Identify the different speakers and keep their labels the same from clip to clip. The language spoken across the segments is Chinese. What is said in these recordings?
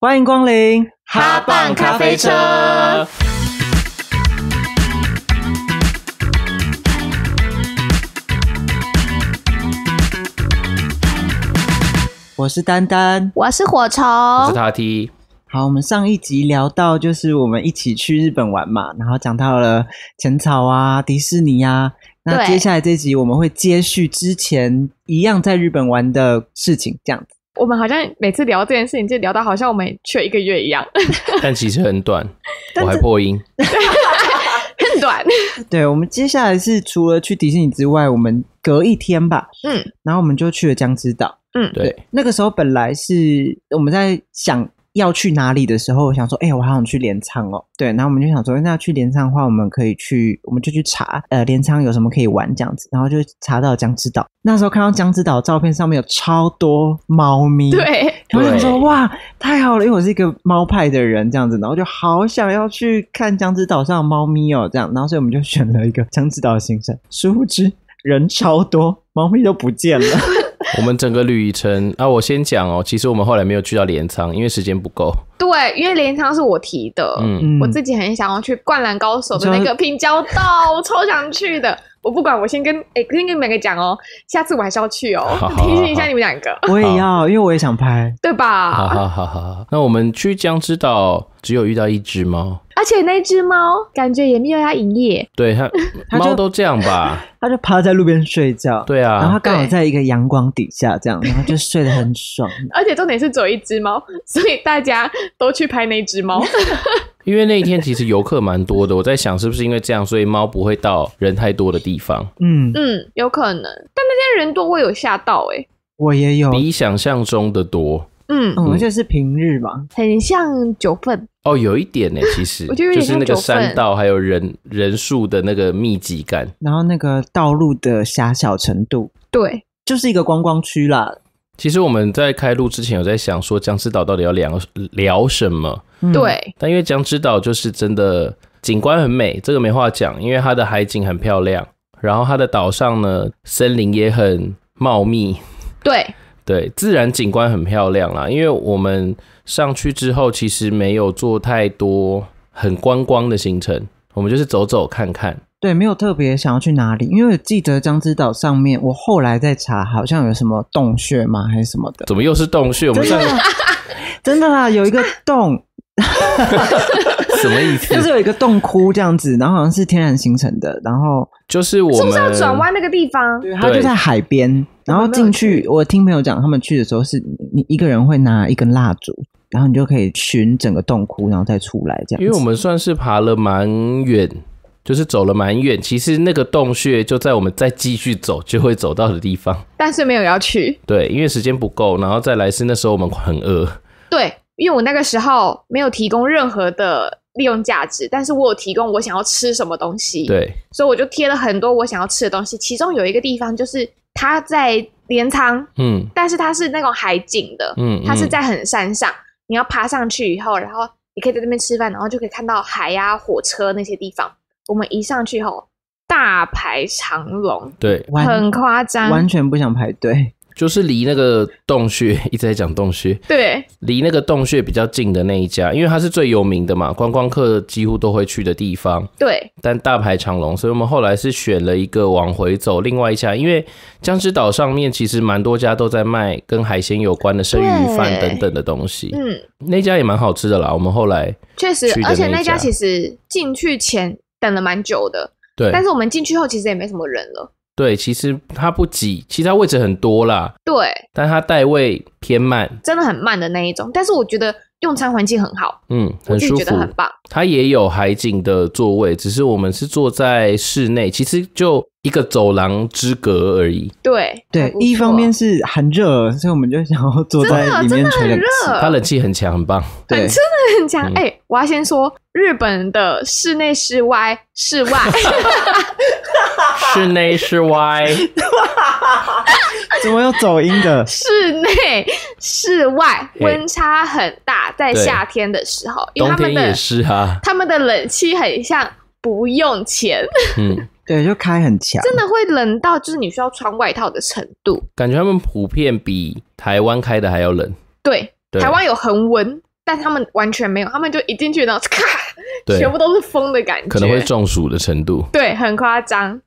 Speaker 1: 欢迎光临
Speaker 2: 哈棒咖啡车。
Speaker 1: 我是丹丹。
Speaker 3: 我是火虫，
Speaker 2: 我
Speaker 4: 哦
Speaker 2: 是他 T，E，
Speaker 1: 好，我们上一集聊到就是我们一起去日本玩嘛，然后讲到了浅草啊、迪士尼啊。那
Speaker 3: 对
Speaker 1: 接下来这集我们会接续之前一样在日本玩的事情，这样子。
Speaker 4: 我们好像每次聊这件事情，就聊到好像我们去了一个月一样，
Speaker 2: 但其实很 短，
Speaker 1: 但
Speaker 2: 我还破音。
Speaker 4: 很短。
Speaker 1: 对，我们接下来是除了去迪士尼之外，我们隔一天吧，
Speaker 4: 嗯，
Speaker 1: 然后我们就去了江之岛。
Speaker 2: 对，
Speaker 1: 那个时候本来是我们在想要去哪里的时候，我想说，哎、我好想去镰仓哦。对，然后我们就想说，那要去镰仓的话，我们可以去，我们就去查，呃，镰仓有什么可以玩这样子。然后就查到江之岛，那时候看到江之岛的照片上面有超多猫咪，，
Speaker 2: 嗯
Speaker 4: 对，
Speaker 1: 然后想说
Speaker 2: 对
Speaker 1: 哇，太好了，因为我是一个猫派的人这样子，然后就好想要去看江之岛上的猫咪哦，这样，然后所以我们就选了一个江之岛的行程，殊不知人超多，猫咪都不见了。
Speaker 2: 我们整个旅程啊，我先讲哦。其实我们后来没有去到镰仓，因为时间不够。
Speaker 4: 对，因为镰仓是我提的，
Speaker 2: 嗯，
Speaker 1: 嗯
Speaker 4: 我自己很想要去《灌篮高手》的那个平交 道，我超想去的。我不管，我先跟哎、先跟你们两个讲哦，下次我还是要去哦
Speaker 2: 好好，好
Speaker 4: 提醒一下你们两个，
Speaker 1: 我也要，因为我也想拍。
Speaker 4: 对
Speaker 2: 好
Speaker 4: 吧？
Speaker 2: 好好好好。那我们去江之岛只有遇到一只猫，
Speaker 4: 而且那只猫感觉也没有要营业，
Speaker 2: 对 它
Speaker 1: 它就
Speaker 2: 猫都这样吧？
Speaker 1: 他就趴在路边睡觉，、
Speaker 2: 对
Speaker 1: 然后他
Speaker 2: 啊，
Speaker 1: 刚好
Speaker 4: 对
Speaker 1: 在一个阳光底下这样，然后就睡得很爽。
Speaker 4: 而且重点是只有一只猫， 所以大家都去拍那 只猫。
Speaker 2: 因为那一天其实游客蛮多的，我在想是不是因为这样，所以猫不会到人太多的地方，
Speaker 1: 嗯，
Speaker 4: 嗯，有可能，但那天人多，我有吓到哎、
Speaker 1: 我也有，
Speaker 2: 比想象中的多。
Speaker 4: 嗯，
Speaker 1: 嗯，就是平日嘛，
Speaker 4: 很像九份。
Speaker 2: 哦，有一点呢，其实
Speaker 4: 我觉得
Speaker 2: 就
Speaker 4: 有点
Speaker 2: 是
Speaker 4: 像
Speaker 2: 那个
Speaker 4: 九份
Speaker 2: 山道还有人人数的那个密集感，
Speaker 1: 然后那个道路的狭小程度，
Speaker 4: 对，
Speaker 1: 就是一个观光区啦。
Speaker 2: 其实我们在开录之前有在想说江之岛到底要聊聊什么，
Speaker 1: 嗯，
Speaker 4: 对，
Speaker 2: 但因为江之岛就是真的景观很美，这个没话讲，因为它的海景很漂亮，然后它的岛上呢森林也很茂密，
Speaker 4: 对，
Speaker 2: 对，自然景观很漂亮啦。因为我们上去之后其实没有做太多很观光的行程，我们就是走走看看。
Speaker 1: 对，没有特别想要去哪里，因为我记得江之岛上面，我后来在查，好像有什么洞穴吗，还是什么的？
Speaker 2: 怎么又是洞穴？我们
Speaker 1: 真
Speaker 2: 上
Speaker 1: 的啦，真的啦，有一个洞，
Speaker 2: 什么意思？
Speaker 1: 就是有一个洞窟这样子，然后好像是天然形成的，然后
Speaker 2: 就是我
Speaker 4: 是不
Speaker 2: 们
Speaker 4: 是要转弯那个地方？
Speaker 1: 对，它就在海边，然后进去。我听朋友讲，他们去的时候是你一个人会拿一根蜡烛，然后你就可以寻整个洞窟，然后再出来这样子。
Speaker 2: 因为我们算是爬了蛮远，就是走了蛮远。其实那个洞穴就在我们再继续走就会走到的地方。
Speaker 4: 但是没有要去。
Speaker 2: 对，因为时间不够，然后再来是那时候我们很饿，
Speaker 1: 嗯
Speaker 4: 对，因为我那个时候没有提供任何的利用价值，但是我有提供我想要吃什么东西。，
Speaker 2: 对，
Speaker 4: 所以我就贴了很多我想要吃的东西，其中有一个地方就是它在镰仓，
Speaker 2: 嗯
Speaker 4: 但是它是那种海景的，
Speaker 2: 嗯，
Speaker 4: 它是
Speaker 2: 嗯
Speaker 4: 在很山上，你要爬上去以后，然后你可以在那边吃饭，然后就可以看到海呀、火车那些地方。我们一上去以后，大排长龙，
Speaker 2: 嗯对，
Speaker 1: 完
Speaker 4: 很夸
Speaker 1: 完
Speaker 4: 张。
Speaker 1: 全不想排队，
Speaker 2: 就是离那个洞穴一直在讲洞穴，
Speaker 4: 对，
Speaker 2: 离那个洞穴比较近的那一家，因为它是最有名的嘛，观光客几乎都会去的地方。
Speaker 4: 对，
Speaker 2: 但大排长龙，所以我们后来是选了一个往回走另外一家，因为江之岛上面其实蛮多家都在卖跟海鲜有关的生鱼饭
Speaker 4: 对
Speaker 2: 等等的东西，
Speaker 4: 嗯，
Speaker 2: 那家也蛮好吃的啦。我们后来
Speaker 4: 确实
Speaker 2: 去，的
Speaker 4: 而且
Speaker 2: 那一
Speaker 4: 那
Speaker 2: 家
Speaker 4: 家其实进去前等了蛮久的，
Speaker 2: 对
Speaker 4: 但是我们进去后其实也没什么人了。
Speaker 2: 对，其实它不挤，其实它位置很多啦，
Speaker 4: 对，
Speaker 2: 但它带位偏慢，
Speaker 4: 真的很慢的那一种，但是我觉得用餐环境很好，
Speaker 2: 嗯，
Speaker 4: 我
Speaker 2: 很
Speaker 4: 自己
Speaker 2: 舒
Speaker 4: 觉
Speaker 2: 服
Speaker 4: 得。很棒。
Speaker 2: 它也有海景的座位，只是我们是坐在室内，其实就一个走廊之隔而已。
Speaker 4: 对，还
Speaker 1: 对，
Speaker 4: 不
Speaker 1: 一方面
Speaker 4: 错
Speaker 1: 是很热，所以我们就想要坐在里面吹冷
Speaker 4: 很
Speaker 1: 气
Speaker 4: 热。，
Speaker 2: 它冷气很强，很 棒。
Speaker 1: 对，
Speaker 4: 很强
Speaker 2: 嗯
Speaker 4: 哎、我要先说日本的室内、室外、室外，？
Speaker 2: 室内室外，
Speaker 1: 怎么有走音的
Speaker 4: 室内、室外温差很大，在
Speaker 2: 对
Speaker 4: 夏天的时候，因为
Speaker 2: 冬
Speaker 4: 他
Speaker 2: 天
Speaker 4: 们的
Speaker 2: 也是啊。
Speaker 4: 他们的冷气很像不用钱，
Speaker 2: 嗯，
Speaker 1: 对，就开很强，
Speaker 4: 真的会冷到就是你需要穿外套的程度。
Speaker 2: 感觉他们普遍比台湾开的还要冷。
Speaker 4: 对，
Speaker 2: 对啊
Speaker 4: 台湾有恒温，但他们完全没有，他们就一进去然后咔，
Speaker 2: 对
Speaker 4: 全部都是风的感觉，
Speaker 2: 可能会中暑的程度。
Speaker 4: 对，很夸张。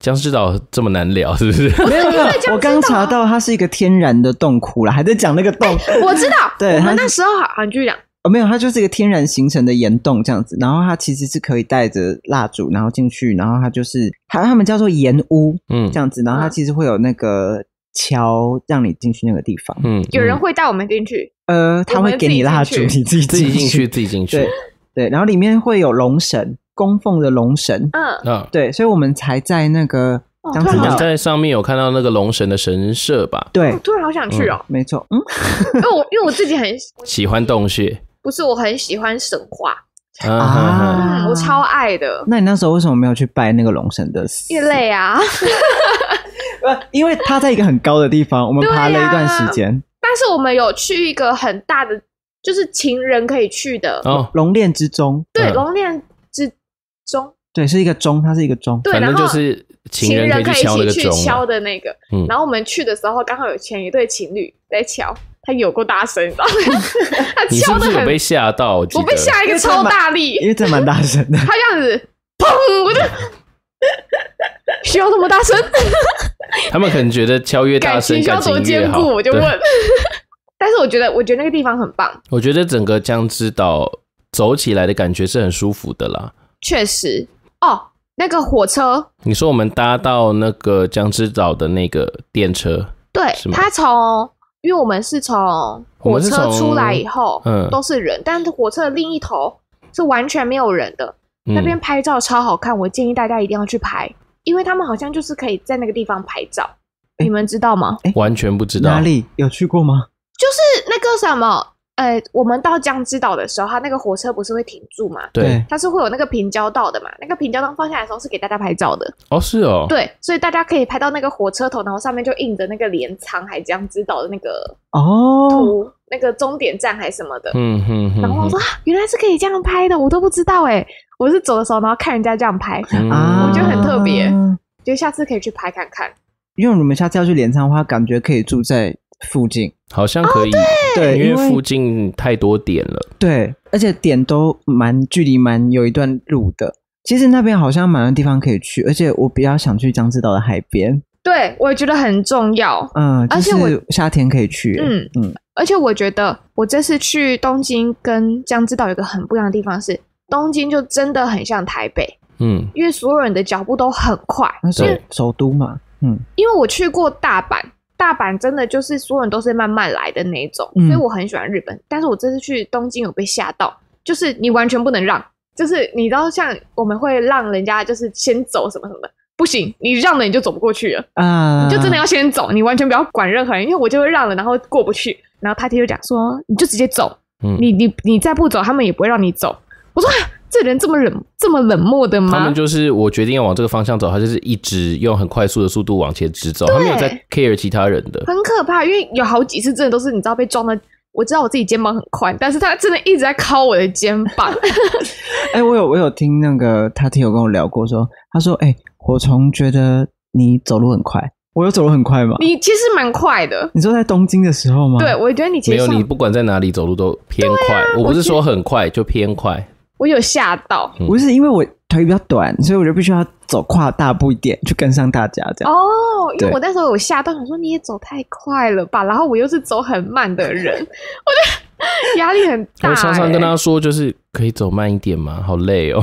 Speaker 2: 僵尸岛这么难聊，是不是？
Speaker 1: 没有没有
Speaker 4: 这样知道，
Speaker 1: 我刚查到它是一个天然的洞窟啦，还在讲那个洞。
Speaker 4: 我知道，
Speaker 1: 对
Speaker 4: 我
Speaker 1: 他
Speaker 4: 们
Speaker 1: 是
Speaker 4: 那时候好，好你继续讲，
Speaker 1: 哦，没有，它就是一个天然形成的岩洞这样子。然后它其实是可以带着蜡烛，然后进去，然后它就是它他们叫做岩屋
Speaker 2: 嗯
Speaker 1: 这样子。然后它
Speaker 4: 嗯
Speaker 1: 其实会有那个桥让你进去那个地方。
Speaker 2: 嗯，
Speaker 4: 有人
Speaker 2: 嗯
Speaker 4: 会带哦我们进去，
Speaker 1: 呃，它会给你蜡烛，
Speaker 4: 我们自
Speaker 1: 你自己
Speaker 2: 自己
Speaker 1: 去。
Speaker 2: 进去，自己进去
Speaker 1: 对。对，然后里面会有龙神，供奉的龙神。
Speaker 4: 嗯，
Speaker 2: 啊，
Speaker 1: 对，所以我们才在那个
Speaker 4: 哦
Speaker 1: 僵
Speaker 4: 突
Speaker 1: 尸岛
Speaker 2: 我
Speaker 4: 然
Speaker 2: 们
Speaker 4: 好
Speaker 2: 在上面有看到那个龙神的神社吧？
Speaker 1: 对
Speaker 4: 我，突然好想去哦，
Speaker 1: 没错，嗯，
Speaker 4: 因为我因为我自己很
Speaker 2: 喜欢洞穴
Speaker 4: 不是我很喜欢神话，
Speaker 2: 啊哈哈，
Speaker 1: 啊
Speaker 4: 嗯，我超爱的，
Speaker 1: 那你那时候为什么没有去拜那个龙神的死？
Speaker 4: 越累啊。
Speaker 1: 呃，因为它在一个很高的地方，我们
Speaker 4: 啊
Speaker 1: 爬了一段时间。
Speaker 4: 但是我们有去一个很大的，就是情人可以去的，
Speaker 2: 哦，
Speaker 1: 龙恋之中，
Speaker 4: 对，
Speaker 2: 嗯
Speaker 4: 龙恋之中，
Speaker 1: 对，是一个钟，它是一个钟。
Speaker 4: 对，
Speaker 2: 反
Speaker 4: 然
Speaker 2: 正
Speaker 4: 后
Speaker 2: 就是情
Speaker 4: 情
Speaker 2: 人
Speaker 4: 人
Speaker 2: 可以去
Speaker 4: 以
Speaker 2: 敲那
Speaker 4: 一
Speaker 2: 个
Speaker 4: 起去
Speaker 2: 钟
Speaker 4: 敲
Speaker 2: 嘛。
Speaker 4: 的那个。
Speaker 2: 嗯
Speaker 4: 然后我们去的时候，刚好有前一对情侣在敲，他有够大声，你知道 吗？他
Speaker 2: 你是
Speaker 4: 敲
Speaker 2: 不
Speaker 4: 的
Speaker 2: 是有
Speaker 4: 很，
Speaker 2: 被吓到？我记
Speaker 4: 我被
Speaker 2: 得
Speaker 4: 吓一个超大
Speaker 1: 因
Speaker 4: 力，
Speaker 1: 为这蛮大声的，
Speaker 4: 他这样子，砰，我就需要这么大声，
Speaker 2: 他们可能觉得敲越大
Speaker 4: 感
Speaker 2: 声
Speaker 4: 情需要
Speaker 2: 感
Speaker 4: 多
Speaker 2: 情越
Speaker 4: 坚
Speaker 2: 好。
Speaker 4: 固，我就
Speaker 2: 对
Speaker 4: 问。 但是我觉得，我觉得那个地方很棒，
Speaker 2: 我觉得整个江之岛走起来的感觉是很舒服的啦。
Speaker 4: 确实哦，那个火车
Speaker 2: 你说我们搭到那个江之岛的那个电车，
Speaker 4: 对
Speaker 2: 是，吗
Speaker 4: 他从，因为我们是从
Speaker 2: 我
Speaker 4: 火
Speaker 2: 们是
Speaker 4: 车
Speaker 2: 从
Speaker 4: 出来以后，
Speaker 2: 嗯
Speaker 4: 都是人，但是火车的另一头是完全没有人的，那边
Speaker 2: 嗯，
Speaker 4: 拍照超好看，我建议大家一定要去拍，因为他们好像就是可以在那个地方拍照，
Speaker 1: 诶
Speaker 4: 你们知道吗？
Speaker 2: 完全不知道
Speaker 1: 哪里有去过吗？
Speaker 4: 就是那个什么，呃，我们到江之岛的时候，它那个火车不是会停住嘛？
Speaker 2: 对，
Speaker 4: 它是会有那个平交道的嘛？那个平交道放下来的时候是给大家拍照的，
Speaker 2: 哦，是哦，
Speaker 4: 对，所以大家可以拍到那个火车头，然后上面就印着那个镰仓还江之岛的那个
Speaker 1: 哦，
Speaker 4: 图那个终点站还什么的。
Speaker 2: 嗯哼哼
Speaker 4: 然后我
Speaker 2: 哼
Speaker 4: 说、啊，原来是可以这样拍的，我都不知道哎、我是走的时候，然后看人家这样拍，
Speaker 2: 嗯
Speaker 1: 啊，
Speaker 4: 我觉得很特别就下次可以去拍看看。
Speaker 1: 因为我们下次要去镰仓的话，感觉可以住在附近，
Speaker 2: 好像可
Speaker 4: 哦
Speaker 2: 以，
Speaker 1: 对，
Speaker 2: 因
Speaker 1: 因
Speaker 2: 为
Speaker 1: 为
Speaker 2: 附近太多点了。
Speaker 1: 对，而且点都蛮距离蛮有一段路的。其实那边好像蛮多地方可以去，而且我比较想去江之岛的海边，
Speaker 4: 对，我也觉得很重要。
Speaker 1: 嗯，就
Speaker 4: 而且我
Speaker 1: 是夏天可以去，
Speaker 4: 嗯
Speaker 1: 嗯，
Speaker 4: 而且我觉得我这次去东京跟江之岛有一个很不一样的地方是，东京就真的很像台北，
Speaker 2: 嗯，
Speaker 4: 因为所有人的脚步都很快。
Speaker 1: 那首
Speaker 2: 对
Speaker 1: 首都嘛，嗯，
Speaker 4: 因为我去过大阪，大阪真的就是所有人都是慢慢来的那一种，
Speaker 1: 嗯
Speaker 4: 所以我很喜欢日本。但是我这次去东京有被吓到，就是你完全不能让，就是你知道像我们会让人家就是先走什么什么的，不行，你让了你就走不过去了，
Speaker 2: 嗯
Speaker 1: 啊，
Speaker 4: 你就真的要先走，你完全不要管任何人，因为我就会让了，然后过不去，然后他就讲说你就直接走，
Speaker 2: 嗯
Speaker 4: 你你你再不走，他们也不会让你走。我说、啊、这人这么冷这么冷漠的吗？
Speaker 2: 他们就是我决定要往这个方向走，他就是一直用很快速的速度往前直走，他没有在 care 其他人的。
Speaker 4: 很可怕，因为有好几次真的都是你知道被撞的。我知道我自己肩膀很宽，但是他真的一直在敲我的肩 膀。
Speaker 1: 哎、我有我有听那个他听有跟我聊过说，他说，哎、火虫觉得你走路很快，我有走路很快吗？
Speaker 4: 你其实蛮快 的，
Speaker 1: 你说在东京的时候吗？
Speaker 4: 对，我觉得你其
Speaker 2: 没
Speaker 4: 实
Speaker 2: 有，
Speaker 4: 像
Speaker 2: 你不管在哪里走路都偏快。
Speaker 4: 啊
Speaker 2: 我不是说很快，就偏快。
Speaker 4: 我有吓到
Speaker 1: 不是因为我腿比较短，所以我就必须要走跨大步一点去跟上大家这样。
Speaker 4: 哦，因
Speaker 1: 对
Speaker 4: 为我那时候有吓到，想说你也走太快了吧，然后我又是走很慢的人， 我觉得 压力很大、
Speaker 2: 我常常跟
Speaker 4: 欸
Speaker 2: 他说，就是可以走慢一点吗？好累哦。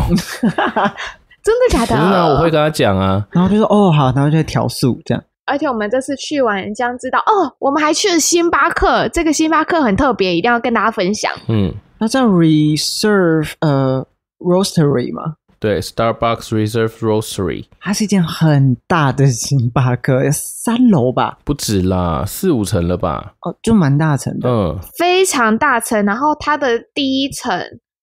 Speaker 4: 真的假
Speaker 2: 可
Speaker 4: 的？
Speaker 2: 是呢，我会跟他讲啊，
Speaker 1: 然后就说哦好，然后就会调速这样。
Speaker 4: 而且我们这次去完江之岛，哦，我们还去了星巴克，这个星巴克很特别，一定要跟大家分享。
Speaker 2: 嗯，
Speaker 1: 那叫 reserve 呃 roastery 嘛，
Speaker 2: 对，Starbucks Reserve Roastery
Speaker 1: 它是一间很大的星巴克，有三楼吧，
Speaker 2: 不止啦，四五层了吧？
Speaker 1: 哦，就蛮大层的。
Speaker 2: 嗯，
Speaker 4: 非常大层，然后它的第一层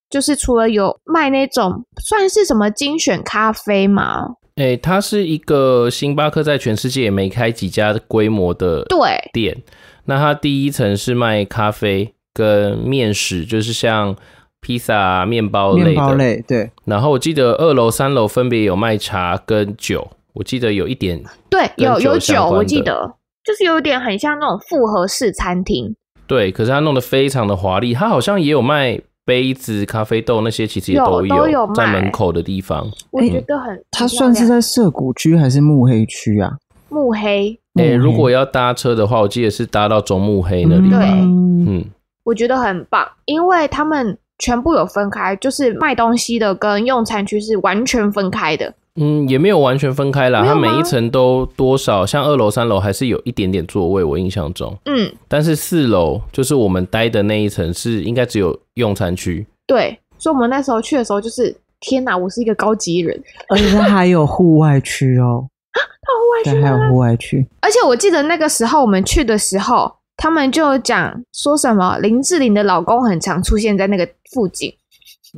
Speaker 4: 就是除了有卖那种算是什么精选咖啡嘛，
Speaker 2: 诶、它是一个星巴克在全世界也没开几家规模的
Speaker 4: 对，
Speaker 2: 店。那它第一层是卖咖啡跟面食，就是像披萨、啊、面包类
Speaker 1: 面
Speaker 2: 的。
Speaker 1: 包类，对，
Speaker 2: 然后我记得二楼、三楼分别有卖茶跟酒，我记得有一点
Speaker 4: 对，有
Speaker 2: 跟酒
Speaker 4: 有
Speaker 2: 相
Speaker 4: 酒，
Speaker 2: 关的
Speaker 4: 我记得就是有点很像那种复合式餐厅，
Speaker 2: 对，可是它弄得非常的华丽，它好像也有卖杯子、咖啡豆那些，其实也
Speaker 4: 有
Speaker 2: 都
Speaker 4: 都有卖
Speaker 2: 在门口的地方。
Speaker 4: 我
Speaker 1: 哎
Speaker 4: 觉得很。
Speaker 1: 它
Speaker 4: 很
Speaker 1: 算
Speaker 4: 漂
Speaker 1: 是
Speaker 4: 亮
Speaker 1: 在涩谷区还是目黑区啊？
Speaker 4: 慕黑，
Speaker 2: 哎、
Speaker 1: 嗯
Speaker 2: 如果要搭车的话，我记得是搭到中目黑那里吧。
Speaker 1: 嗯
Speaker 2: 嗯，
Speaker 4: 我觉得很棒，因为他们全部有分开，就是卖东西的跟用餐区是完全分开的。
Speaker 2: 嗯，也没有完全分开啦，
Speaker 4: 没
Speaker 2: 它
Speaker 4: 有
Speaker 2: 每
Speaker 4: 吗
Speaker 2: 一层都多少，像二楼、三楼还是有一点点座位，我印象中。
Speaker 4: 嗯，
Speaker 2: 但是四楼就是我们待的那一层是应该只有用餐区，
Speaker 4: 对，所以我们那时候去的时候就是。天哪，我是一个高级人！
Speaker 1: 而且它还有户外区 哦，
Speaker 4: 它
Speaker 1: 对，还有户外区，
Speaker 4: 而且我记得那个时候我们去的时候，他们就讲说什么林志玲的老公很常出现在那个附近，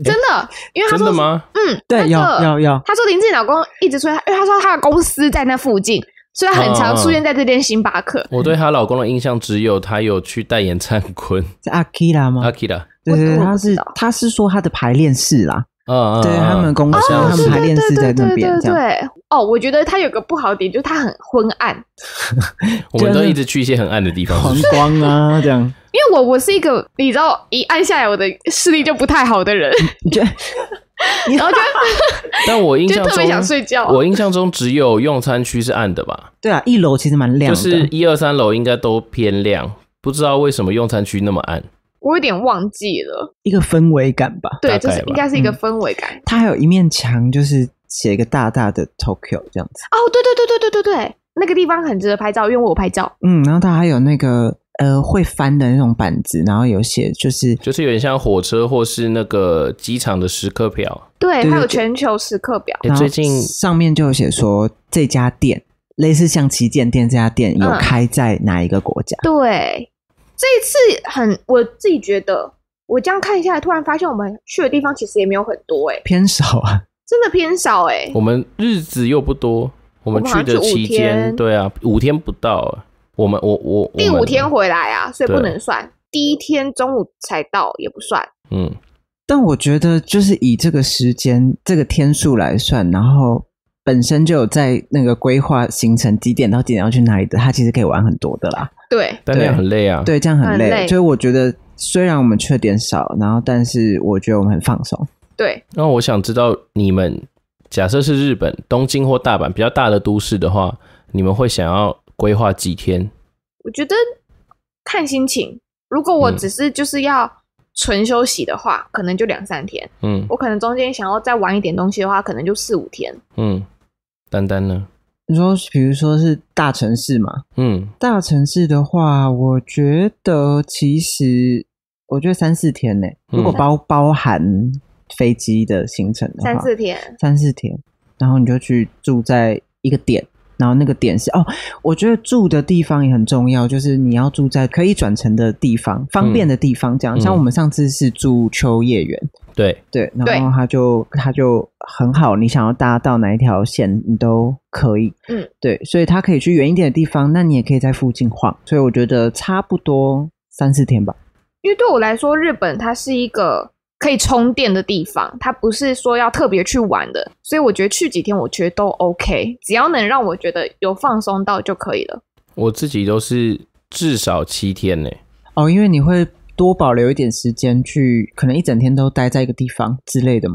Speaker 4: 真的，因为他
Speaker 2: 真
Speaker 4: 说
Speaker 2: 的吗？
Speaker 4: 嗯，
Speaker 1: 对，
Speaker 4: 那
Speaker 1: 要
Speaker 4: 个
Speaker 1: 要要，
Speaker 4: 他说林志颖老公一直出现，因为他说他的公司在那附近，所以他很常出现在这间星巴
Speaker 1: 哦
Speaker 4: 克。
Speaker 2: 我对她老公的印象只有她有去代言灿坤
Speaker 1: 是阿 Kira 吗？
Speaker 2: Akira，
Speaker 1: 对
Speaker 4: 我
Speaker 1: 对，
Speaker 4: 我
Speaker 1: 他
Speaker 4: 不知
Speaker 1: 是
Speaker 4: 道
Speaker 1: 他是说他的排练室啦，
Speaker 2: 嗯嗯，
Speaker 1: 对
Speaker 2: 嗯
Speaker 1: 他们公司，
Speaker 2: 好像
Speaker 1: 他们
Speaker 2: 是
Speaker 1: 排练室在那边这
Speaker 4: 对哦对
Speaker 1: 样。
Speaker 4: 对，哦，我觉得他有个不好的点，就是他很昏暗。
Speaker 2: 我们
Speaker 1: 就
Speaker 2: 都
Speaker 1: 是
Speaker 2: 一直去一些很暗的地方，是不
Speaker 1: 黄光
Speaker 2: 是
Speaker 1: 啊，这 样，
Speaker 4: 因为我我是一个你知道一按下来我的视力就不太好的人，
Speaker 1: 你觉得？
Speaker 4: 然后就
Speaker 2: 但我印
Speaker 4: 就
Speaker 2: 象
Speaker 4: 特别
Speaker 2: 中，
Speaker 4: 想睡觉。
Speaker 2: 我印象中只有用餐区是暗的吧，
Speaker 1: 对啊，一楼其实蛮亮
Speaker 2: 就
Speaker 1: 的，
Speaker 2: 是一二三楼应该都偏亮，不知道为什么用餐区那么暗。
Speaker 4: 我有点忘记了，
Speaker 1: 一个氛围感吧。
Speaker 4: 对，
Speaker 2: 大概
Speaker 4: 就是
Speaker 2: 吧
Speaker 4: 应该是一个
Speaker 1: 嗯
Speaker 4: 氛围感。
Speaker 1: 它还有一面墙，就是写一个大大的 Tokyo 这样子。
Speaker 4: 哦，对对对对对对对，那个地方很值得拍照，因为我有拍照。
Speaker 1: 嗯，然后它还有那个呃会翻的那种板子，然后有写就是
Speaker 2: 就是有点像火车或是那个机场的时刻
Speaker 1: 哦
Speaker 2: 表。
Speaker 4: 对，
Speaker 1: 对
Speaker 4: 还有
Speaker 1: 对
Speaker 4: 全球时刻表。
Speaker 2: 欸
Speaker 1: 然后
Speaker 2: 最近
Speaker 1: 上面就有写说这家店类似像旗舰店这家店有
Speaker 4: 嗯
Speaker 1: 开在哪一个国家？
Speaker 4: 对，这一次很我自己觉得，我这样看一下，突然发现我们去的地方其实也没有很多、欸，
Speaker 1: 偏少啊，
Speaker 4: 真的偏少、欸，
Speaker 2: 我们日子又不多，我们
Speaker 4: 我们好
Speaker 2: 去
Speaker 4: 像
Speaker 2: 的
Speaker 4: 去五
Speaker 2: 期间，
Speaker 4: 天
Speaker 2: 对啊，五天不到啊。我们我我
Speaker 4: 第
Speaker 2: 我
Speaker 4: 五
Speaker 2: 们
Speaker 4: 天回来啊，所以不
Speaker 2: 对
Speaker 4: 能算。第一天中午才到也不算，
Speaker 2: 嗯，
Speaker 1: 但我觉得就是以这个时间、这个天数来算，然后本身就有在那个规划行程几点到几点要去哪里的，它其实可以玩很多的啦。
Speaker 4: 对，
Speaker 2: 但那样
Speaker 1: 对
Speaker 2: 很累啊。，
Speaker 1: 对，这样很
Speaker 4: 很
Speaker 1: 累。
Speaker 4: 累
Speaker 1: 所以我觉得虽然我们去的点少，然后但是我觉得我们很放松。
Speaker 4: 对，
Speaker 2: 那我想知道你们假设是日本东京或大阪比较大的都市的话，你们会想要规划几天？
Speaker 4: 我觉得看心情。如果我
Speaker 2: 嗯
Speaker 4: 只是就是要纯休息的话，可能就两三天；
Speaker 2: 嗯
Speaker 4: 我可能中间想要再玩一点东西的话，可能就四五天。
Speaker 2: 嗯，丹丹呢？
Speaker 1: 你说，比如说是大城市嘛，
Speaker 2: 嗯，
Speaker 1: 大城市的话，我觉得其实我觉得三四天呢、如果
Speaker 2: 嗯
Speaker 1: 包包含飞机的行程的话，
Speaker 4: 三四天，
Speaker 1: 三四天，然后你就去住在一个点，然后那个点是哦，我觉得住的地方也很重要，就是你要住在可以转乘的地方、方便的地方，这样。
Speaker 2: 嗯
Speaker 1: 像我们上次是住秋叶原，
Speaker 2: 对，
Speaker 1: 对，
Speaker 4: 对
Speaker 1: 然后它就它就很好，你想要搭到哪一条线，你都可以。
Speaker 4: 嗯，
Speaker 1: 对，所以它可以去远一点的地方，那你也可以在附近晃。所以我觉得差不多三四天吧。
Speaker 4: 因为对我来说，日本它是一个可以充电的地方，它不是说要特别去玩的，所以我觉得去几天我觉得都 OK，只要能让我觉得有放松到就可以了。
Speaker 2: 我自己都是至少七天呢、
Speaker 1: 哦，因为你会多保留一点时间去，可能一整天都待在一个地方之类的嘛。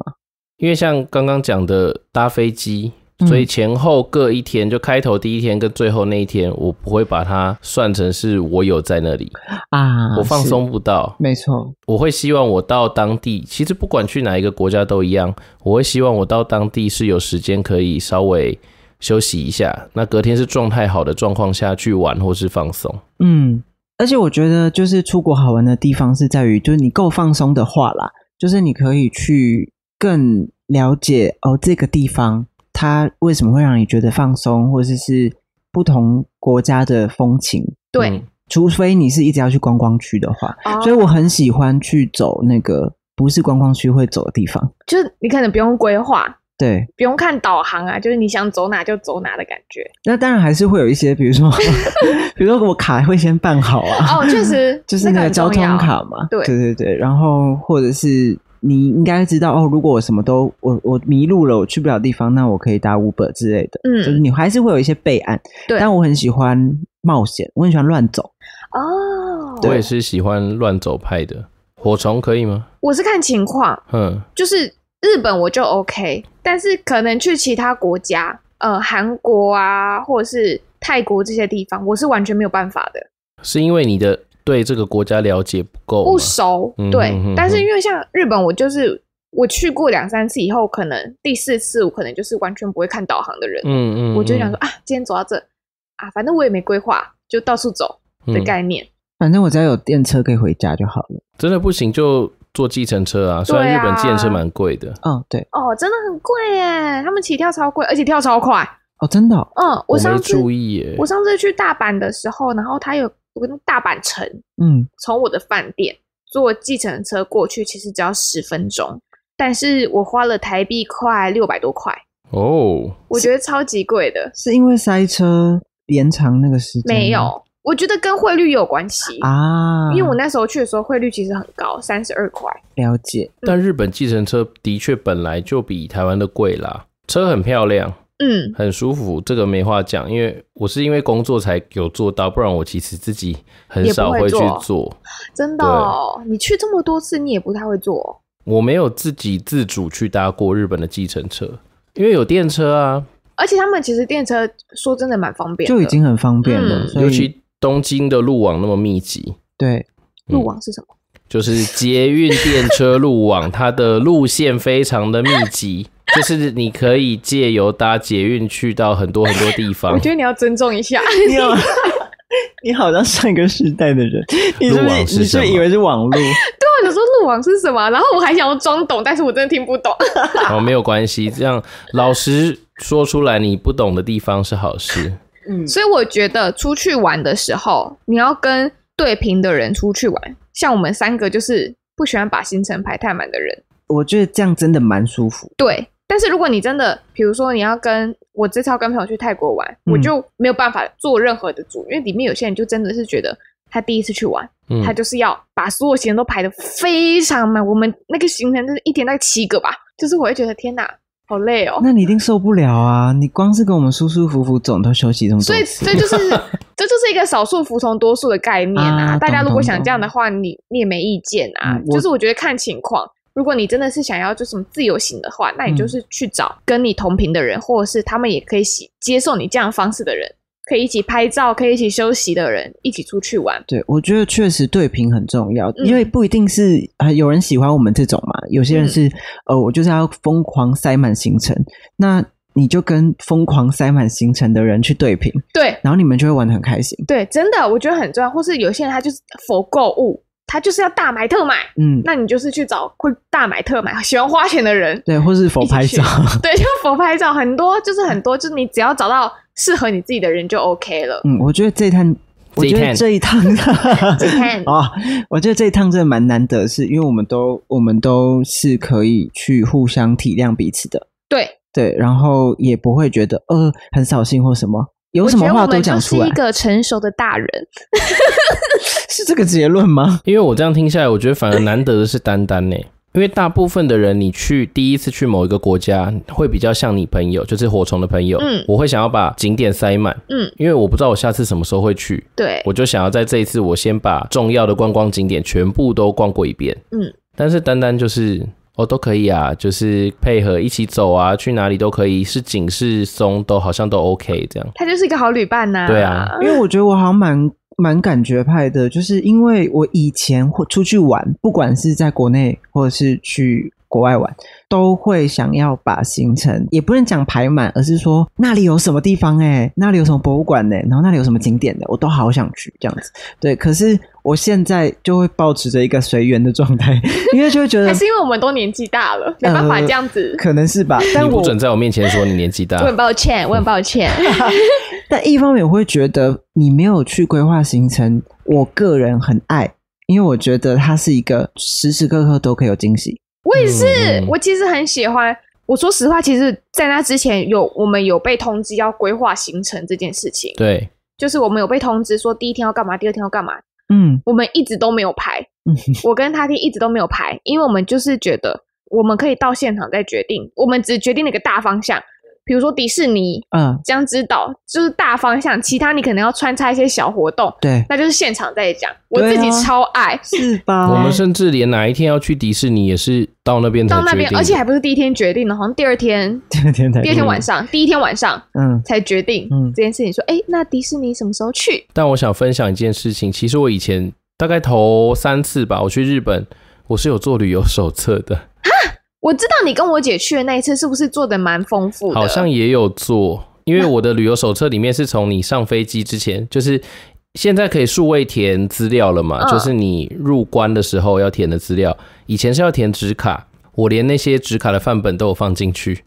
Speaker 2: 因为像刚刚讲的搭飞机，
Speaker 1: 嗯
Speaker 2: 所以前后各一天，就开头第一天跟最后那一天，我不会把它算成是我有在那里，
Speaker 1: 啊，
Speaker 2: 我放
Speaker 1: 是
Speaker 2: 松不到。
Speaker 1: 没错，
Speaker 2: 我会希望我到当地，其实不管去哪一个国家都一样，我会希望我到当地是有时间可以稍微休息一下，那隔天是状态好的状况下去玩或是放松。
Speaker 1: 嗯，而且我觉得就是出国好玩的地方是在于，就是你够放松的话啦，就是你可以去更了解哦这个地方它为什么会让你觉得放松，或者是不同国家的风情。
Speaker 4: 对，
Speaker 2: 嗯
Speaker 1: 除非你是一直要去观光区的话，
Speaker 4: 哦
Speaker 1: 所以我很喜欢去走那个不是观光区会走的地方。
Speaker 4: 就是你可能不用规划，
Speaker 1: 对，
Speaker 4: 不用看导航啊，就是你想走哪就走哪的感觉。
Speaker 1: 那当然还是会有一些，比如说， 比如说我卡会先办好啊。
Speaker 4: 哦，确实，
Speaker 1: 就是
Speaker 4: 那
Speaker 1: 那个
Speaker 4: 很
Speaker 1: 交
Speaker 4: 重
Speaker 1: 通
Speaker 4: 要
Speaker 1: 卡嘛，
Speaker 4: 对
Speaker 1: 对对对，然后或者是你应该知道哦，如果我什么都我我迷路了，我去不了地方，那我可以搭 Uber 之类的，
Speaker 4: 嗯
Speaker 1: 就是你还是会有一些备案，
Speaker 4: 对
Speaker 1: 但我很喜欢冒险，我很喜欢乱走，
Speaker 4: 哦，
Speaker 2: 我也是喜欢乱走派的。火虫可以吗？
Speaker 4: 我是看情况，
Speaker 2: 哼，
Speaker 4: 就是日本我就 OK，但是可能去其他国家，呃，韩国啊，或者是泰国这些地方，我是完全没有办法的，
Speaker 2: 是因为你的对这个国家了解不够吗，
Speaker 4: 不熟。
Speaker 2: 嗯
Speaker 4: 对，
Speaker 2: 嗯嗯
Speaker 4: 但是因为像日本，我就是我去过两三次以后，可能第四次我可能就是完全不会看导航的人，
Speaker 2: 嗯嗯，
Speaker 4: 我就想说啊，今天走到这啊，反正我也没规划，就到处走
Speaker 2: 嗯
Speaker 4: 的
Speaker 2: 嗯
Speaker 4: 概念。
Speaker 1: 反正我只要有电车可以回家就好了。
Speaker 2: 真的不行就坐计程车啊，虽然
Speaker 4: 对
Speaker 2: 日
Speaker 4: 啊
Speaker 2: 本计程车蛮贵的，
Speaker 1: 嗯，对，
Speaker 4: 哦，真的很贵耶，他们起跳超贵，而且跳超快。
Speaker 1: 哦，真的、哦，
Speaker 4: 嗯，
Speaker 2: 我
Speaker 4: 上
Speaker 2: 没
Speaker 4: 次
Speaker 2: 注意耶
Speaker 4: 我。上次去大阪的时候，然后它有我跟大阪城，
Speaker 1: 嗯，
Speaker 4: 从我的饭店坐计程车过去，其实只要十分钟，但是我花了台币快六百多块，
Speaker 2: 哦，
Speaker 4: 我觉得超级贵的。
Speaker 1: 是因为塞车延长那个时间吗？
Speaker 4: 没有，我觉得跟汇率有关系，
Speaker 1: 啊，
Speaker 4: 因为我那时候去的时候汇率其实很高，三十二块。
Speaker 1: 了解，
Speaker 2: 但日本计程车的确本来就比台湾的贵啦，车很漂亮，
Speaker 4: 嗯，
Speaker 2: 很舒服，这个没话讲。因为我是因为工作才有做到，不然我其实自己很少
Speaker 4: 也不会
Speaker 2: 去
Speaker 4: 做
Speaker 2: 做。
Speaker 4: 真的、哦，你去这么多次，你也不太会坐哦、
Speaker 2: 我没有自己自主去搭过日本的计程车，因为有电车啊，
Speaker 4: 而且他们其实电车说真的蛮方便的，
Speaker 1: 就已经很方便了，
Speaker 4: 嗯
Speaker 1: 所
Speaker 2: 尤
Speaker 1: 以
Speaker 2: 其东京的路网那么密集，
Speaker 1: 对，
Speaker 4: 路网是什么？
Speaker 2: 就是捷运电车路网，它的路线非常的密集， 就是你可以借由搭捷运去到很多很多地
Speaker 4: 我
Speaker 1: 嗯
Speaker 2: 方。
Speaker 4: 觉得你要尊重一下。
Speaker 1: 你有，你好像上一个时代的人，你是
Speaker 2: 路
Speaker 1: 不是
Speaker 2: 网是
Speaker 1: 你是
Speaker 2: 什
Speaker 1: 不
Speaker 2: 么
Speaker 1: 是以为是网路？
Speaker 4: 我想说路网是什么，然后我还想要装懂，但是我真的听不懂。
Speaker 1: 嗯
Speaker 2: 哦，没有关系，这样老实说出来你不懂的地方是好事。
Speaker 1: 嗯，
Speaker 4: 所以我觉得出去玩的时候，你要跟对频的人出去玩。像我们三个就是不喜欢把行程排太满的人，
Speaker 1: 我觉得这样真的蛮舒服，
Speaker 4: 对。但是如果你真的，比如说你要跟我这次要跟朋友去泰国玩，
Speaker 1: 嗯
Speaker 4: 我就没有办法做任何的主，因为里面有些人就真的是觉得他第一次去玩，
Speaker 2: 嗯
Speaker 4: 他，就是要把所有行程都排得非常满。我们那个行程就是一天大概七个吧，就是我会觉得天哪，好累哦。
Speaker 1: 那你一定受不了啊！你光是跟我们舒舒服服走，你都休息这么多
Speaker 4: 所以
Speaker 1: 次，
Speaker 4: 这就是这就是一个少数服从多数的概念啊。
Speaker 1: 啊
Speaker 4: 大家
Speaker 1: 懂
Speaker 4: 如果
Speaker 1: 懂
Speaker 4: 想
Speaker 1: 懂
Speaker 4: 这样的话，你你也没意见啊。
Speaker 1: 嗯我
Speaker 4: 就是我觉得看情况。如果你真的是想要就什么自由行的话，那你
Speaker 1: 嗯
Speaker 4: 就是去找跟你同频的人，或者是他们也可以喜接受你这样方式的人，可以一起拍照，可以一起休息的人，一起出去玩。
Speaker 1: 对，我觉得确实对平很重要，
Speaker 4: 嗯
Speaker 1: 因为不一定是啊、呃有人喜欢我们这种嘛，有些人
Speaker 4: 嗯
Speaker 1: 是、呃，我就是要疯狂塞满行程，那你就跟疯狂塞满行程的人去对平，
Speaker 4: 对
Speaker 1: 然后你们就会玩的很开心。
Speaker 4: 对，真的我觉得很重要。或是有些人他就是否购物，他就是要大买特买，
Speaker 1: 嗯，
Speaker 4: 那你就是去找会大买特买、喜欢花钱的人，
Speaker 1: 对，或是否
Speaker 4: 一起
Speaker 1: 拍
Speaker 4: 去
Speaker 1: 照，
Speaker 4: 对，就佛拍照很多，就是很多，就是你只要找到适合你自己的人就 OK 了。
Speaker 1: 嗯，我觉得这一趟，我
Speaker 2: 这一
Speaker 1: 觉得
Speaker 2: 趟
Speaker 1: 这一趟，
Speaker 4: 这一趟
Speaker 1: 哦，我觉得这一趟真的蛮难得，是因为我们都我们都是可以去互相体谅彼此的，
Speaker 4: 对，
Speaker 1: 对，然后也不会觉得呃很扫兴或什么，有
Speaker 4: 我
Speaker 1: 什
Speaker 4: 觉
Speaker 1: 么
Speaker 4: 得
Speaker 1: 话
Speaker 4: 我
Speaker 1: 都
Speaker 4: 们
Speaker 1: 讲
Speaker 4: 就是
Speaker 1: 出来
Speaker 4: 一，个成熟的大人。
Speaker 1: 是这个结论吗？
Speaker 2: 因为我这样听下来，我觉得反而难得的是丹丹呢、因为大部分的人，你去第一次去某一个国家，会比较像你朋友，就是火虫的朋友。
Speaker 4: 嗯
Speaker 2: 我会想要把景点塞满，
Speaker 4: 嗯，
Speaker 2: 因为我不知道我下次什么时候会去，
Speaker 4: 对，
Speaker 2: 我就想要在这一次，我先把重要的观光景点全部都逛过一遍。
Speaker 4: 嗯，
Speaker 2: 但是单单就是哦都可以啊，就是配合一起走啊，去哪里都可以，是紧是松都好像都 OK 这样。
Speaker 4: 他就是一个好旅伴呐、
Speaker 2: 对啊，
Speaker 1: 因为我觉得我好像蛮蛮感觉派的，就是因为我以前或出去玩，不管是在国内或者是去国外玩，都会想要把行程也不能讲排满，而是说那里有什么地方哎、那里有什么博物馆呢、欸然后那里有什么景点的，我都好想去这样子。对，可是我现在就会保持着一个随缘的状态， 因为呃就会觉得
Speaker 4: 还是因为我们都年纪大了，没办法这样子。
Speaker 1: 可能 是吧，但
Speaker 2: 你
Speaker 1: 我
Speaker 2: 不准在我面前说你年纪大
Speaker 4: 我，很抱歉，我很抱歉。
Speaker 1: 嗯但一方面我会觉得你没有去规划行程，我个人很爱，因为我觉得它是一个时时刻刻都可以有惊喜。
Speaker 4: 我也是，
Speaker 2: 嗯嗯
Speaker 4: 我其实很喜欢。我说实话，其实，在那之前有我们有被通知要规划行程这件事情，
Speaker 2: 对，
Speaker 4: 就是我们有被通知说第一天要干嘛，第二天要干嘛，
Speaker 1: 嗯
Speaker 4: 我们一直都没有排
Speaker 1: 嗯，
Speaker 4: 我跟他弟一直都没有排，因为我们就是觉得我们可以到现场再决定，我们只决定了一个大方向，比如说迪士尼、
Speaker 1: 嗯，
Speaker 4: 江之岛，就是大方向，其他你可能要穿插一些小活动，
Speaker 1: 对，
Speaker 4: 那就是现场再讲。我
Speaker 1: 对
Speaker 4: 自
Speaker 1: 啊
Speaker 4: 己超爱、
Speaker 1: 是吧？
Speaker 4: 哦
Speaker 2: 我 们甚至连哪一天要去迪士尼也是到那边才
Speaker 4: 到那
Speaker 2: 决定
Speaker 4: 边，
Speaker 2: 的，
Speaker 4: 而且还不是第一天决定的，好像第二天，
Speaker 1: 第二天才
Speaker 4: 第二天晚上，第一天晚上
Speaker 1: 嗯
Speaker 4: 才决定
Speaker 1: 嗯
Speaker 4: 这件事情。说，哎、那迪士尼什么时候去？
Speaker 2: 但我想分享一件事情，其实我以前大概头三次吧，我去日本，我是有做旅游手册的，
Speaker 4: 我知道你跟我姐去的那一次，是不是做的蛮丰富的？
Speaker 2: 好像也有做，因为我的旅游手册里面是从你上飞机之前，就是现在可以数位填资料了嘛，
Speaker 4: 嗯
Speaker 2: 就是你入关的时候要填的资料，以前是要填纸卡，我连那些纸卡的范本都有放进 去，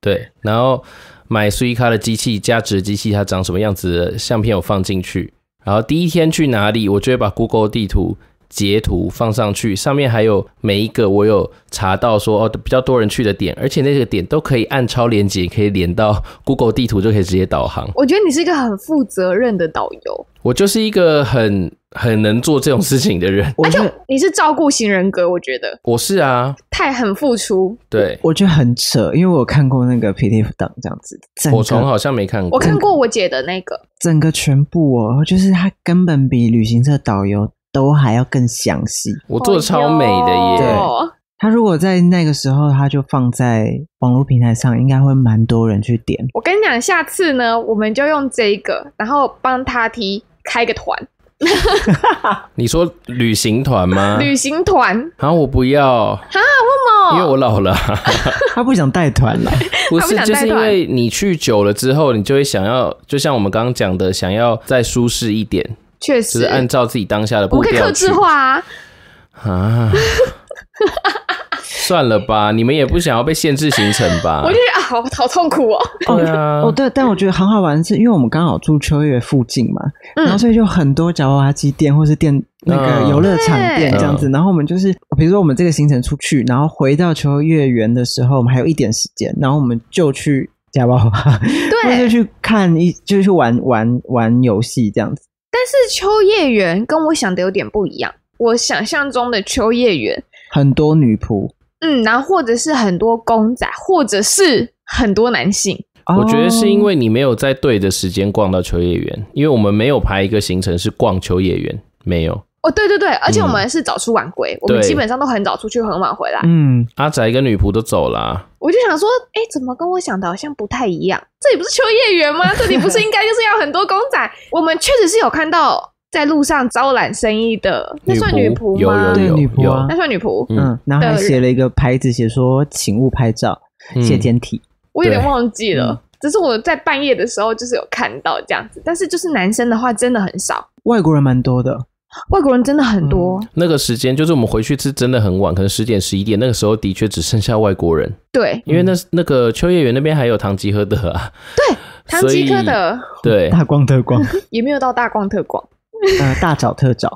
Speaker 2: 对，然后买 Suica 的机器、加值机器，它长什么样子的相片有放进去。然后第一天去哪里，我就会把 Google 地图截图放上去，上面还有每一个我有查到说哦比较多人去的点，而且那个点都可以按超连接，可以连到 Google 地图就可以直接导航。
Speaker 4: 我觉得你是一个很负责任的导游，
Speaker 2: 我就是一个很很能做这种事情的人，
Speaker 1: 我觉得
Speaker 4: 你是照顾型人格，我觉得
Speaker 2: 我是啊，
Speaker 4: 太很付出。
Speaker 2: 对，
Speaker 1: 我觉得很扯，因为我有看过那个 PDF 档这样子，整
Speaker 2: 我从
Speaker 1: 个
Speaker 2: 好像没看
Speaker 4: 我
Speaker 2: 过，
Speaker 4: 看过我姐的那个，
Speaker 1: 整个全部哦，就是它根本比旅行社导游都还要更详细。
Speaker 2: 我做的超美的
Speaker 1: 对
Speaker 2: 耶。
Speaker 4: 哦
Speaker 1: 他如果在那个时候，他就放在网络平台上，应该会蛮多人去点。
Speaker 4: 我跟你讲，下次呢，我们就用这一个，然后帮他提开个团，
Speaker 2: 你说旅行团吗？
Speaker 4: 旅行团，
Speaker 2: 啊，我不要，因为
Speaker 4: 哦，
Speaker 2: 我老 了啊、
Speaker 1: 他不想带团了，
Speaker 2: 不
Speaker 4: 他不
Speaker 2: 是，
Speaker 4: 想
Speaker 2: 就是
Speaker 4: 带
Speaker 2: 因
Speaker 4: 团
Speaker 2: 为你去久了之后，你就会想要，就像我们刚刚讲的，想要再舒适一点，就
Speaker 4: 确实
Speaker 2: 是，按照自己当下的
Speaker 4: 我
Speaker 2: 步
Speaker 4: 们可以
Speaker 2: 调
Speaker 4: 克
Speaker 2: 去
Speaker 4: 制化啊，
Speaker 2: 啊。 算了吧，你们也不想要被限制行程吧
Speaker 4: 我？就觉得啊，好好痛苦哦，
Speaker 2: 对啊，
Speaker 1: 哦，对，但我觉得很好玩的是，因为我们刚好住秋月附近嘛，
Speaker 4: 嗯
Speaker 1: 然后所以就很多夹娃娃机店或是店
Speaker 2: 嗯
Speaker 1: 那个游乐场店
Speaker 4: 对
Speaker 1: 这样子。然后我们就是，比如说我们这个行程出去，然后回到秋月园的时候，我们还有一点时间，然后我们就去夹娃娃，或者
Speaker 4: 对。
Speaker 1: 去看一，就是去玩玩玩游戏这样子。
Speaker 4: 但是秋叶原跟我想的有点不一样，我想象中的秋叶原，
Speaker 1: 很多女仆，
Speaker 4: 嗯，然后或者是很多公仔，或者是很多男性，
Speaker 2: 我觉得是因
Speaker 1: 为。
Speaker 2: 为你没有在对的时间逛到秋叶原，因为我们没有排一个行程是逛秋叶原，没有。
Speaker 4: 哦，对对对，而
Speaker 2: 嗯
Speaker 4: 且我们是早出晚归，我们
Speaker 2: 对
Speaker 4: 基本上都很早出去，很晚回来。
Speaker 1: 嗯，
Speaker 2: 阿宅跟女仆都走了啊、
Speaker 4: 我就想说，哎，怎么跟我想的好像不太一样？这里不是秋叶原吗？这里不是应该就是要很多公仔？ 我们确实是有看到在路上招揽生意的，那算女仆
Speaker 2: 有
Speaker 4: 吗？
Speaker 1: 对
Speaker 2: 有有
Speaker 1: 女仆
Speaker 2: 有
Speaker 1: 啊
Speaker 4: 那算女仆，
Speaker 2: 嗯
Speaker 1: 嗯，然后还
Speaker 4: 的人
Speaker 1: 写了一个牌子，写说请勿拍照，
Speaker 2: 嗯
Speaker 1: 谢简体。
Speaker 4: 我有点
Speaker 2: 对嗯
Speaker 4: 忘记了。只是我在半夜的时候就是有看到这样子，但是就是男生的话真的很少，
Speaker 1: 外国人蛮多的，
Speaker 4: 外国人真的很多。
Speaker 2: 那个时间就是我们回去是真的很晚，可能十点十一点，那个时候的确只剩下外国人，
Speaker 4: 对，
Speaker 2: 因为那
Speaker 1: 嗯
Speaker 2: 那个秋叶原那边还有唐吉诃德啊，
Speaker 4: 唐吉诃
Speaker 2: 所
Speaker 4: 德
Speaker 2: 对，
Speaker 1: 大光特光，
Speaker 4: 也没有到大逛特逛。
Speaker 1: 呃，大找特找。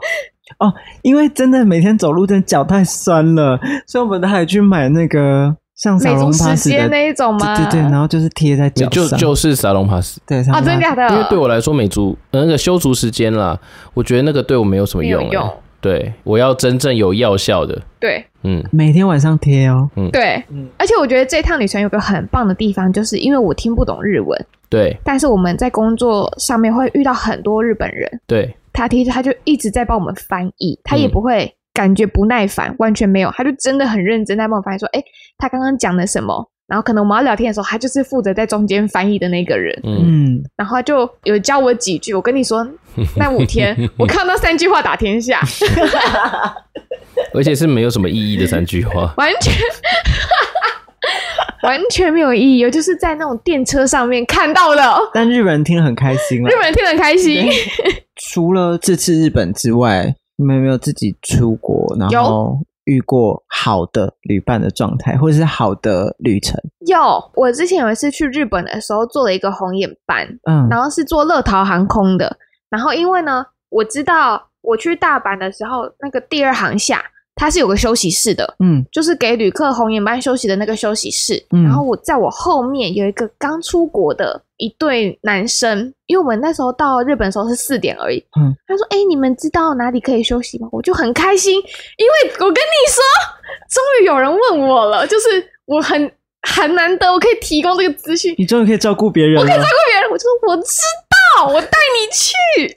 Speaker 1: 哦，因为真的每天走路真的脚太酸了，所以我们还去买那个像小
Speaker 4: 美
Speaker 1: 龙
Speaker 4: 足
Speaker 1: 巴
Speaker 4: 时
Speaker 1: 士的，
Speaker 4: 间那一种吗？
Speaker 1: 对对对，然后就是贴在
Speaker 2: 你
Speaker 1: 脚
Speaker 2: 就
Speaker 1: 上，
Speaker 2: 就是沙龙 pass，
Speaker 1: 对
Speaker 4: 啊，真的假的？
Speaker 2: 因为对我来说美足呃那个修足时间啦，我觉得那个对我没有什么
Speaker 4: 没有
Speaker 2: 用、欸
Speaker 4: 用，
Speaker 2: 对我要真正有药效的，
Speaker 4: 对
Speaker 2: 嗯，
Speaker 1: 每天晚上贴哦。
Speaker 4: 对，
Speaker 1: 嗯
Speaker 4: 而且我觉得这趟旅程有个很棒的地方，就是因为我听不懂日文，
Speaker 2: 对
Speaker 4: 但是我们在工作上面会遇到很多日本人，
Speaker 2: 对，
Speaker 4: 他提他就一直在帮我们翻译，他也
Speaker 2: 嗯
Speaker 4: 不会感觉不耐烦，完全没有，他就真的很认真在帮我翻译，说，哎，他刚刚讲了什么？然后可能我们要聊天的时候，他就是负责在中间翻译的那个人，
Speaker 2: 嗯，
Speaker 1: 嗯，
Speaker 4: 然后他就有教我几句。我跟你说，那五天我看到三句话打天下，，
Speaker 2: 而且是没有什么意义的三句话
Speaker 4: 完全完全没有意义，我就是在那种电车上面看到的。
Speaker 1: 但日本人听了很开心了
Speaker 4: 日。本人听得很开心，
Speaker 1: 除了这次日本之外，你们有没有自己出国然后遇过好的旅伴的状态，或者是好的旅程？
Speaker 4: 有我之前有一次去日本的时候做了一个红眼班，
Speaker 1: 嗯
Speaker 4: 然后是做乐桃航空的。然后因为呢，我知道我去大阪的时候，那个第二航厦它是有个休息室的，
Speaker 1: 嗯
Speaker 4: 就是给旅客红眼班休息的那个休息室。
Speaker 1: 嗯
Speaker 4: 然后我在我后面有一个刚出国的一对男生，因为我们那时候到日本的时候是四点而已。
Speaker 1: 嗯
Speaker 4: 他说：“哎、你们知道哪里可以休息吗？”我就很 开心，因为我跟你说，终于有人问我了，就是我很很难得，我可以提供这个资讯。
Speaker 1: 你终于可以照顾别人了。
Speaker 4: 那别人，我就说我知道，我带你去，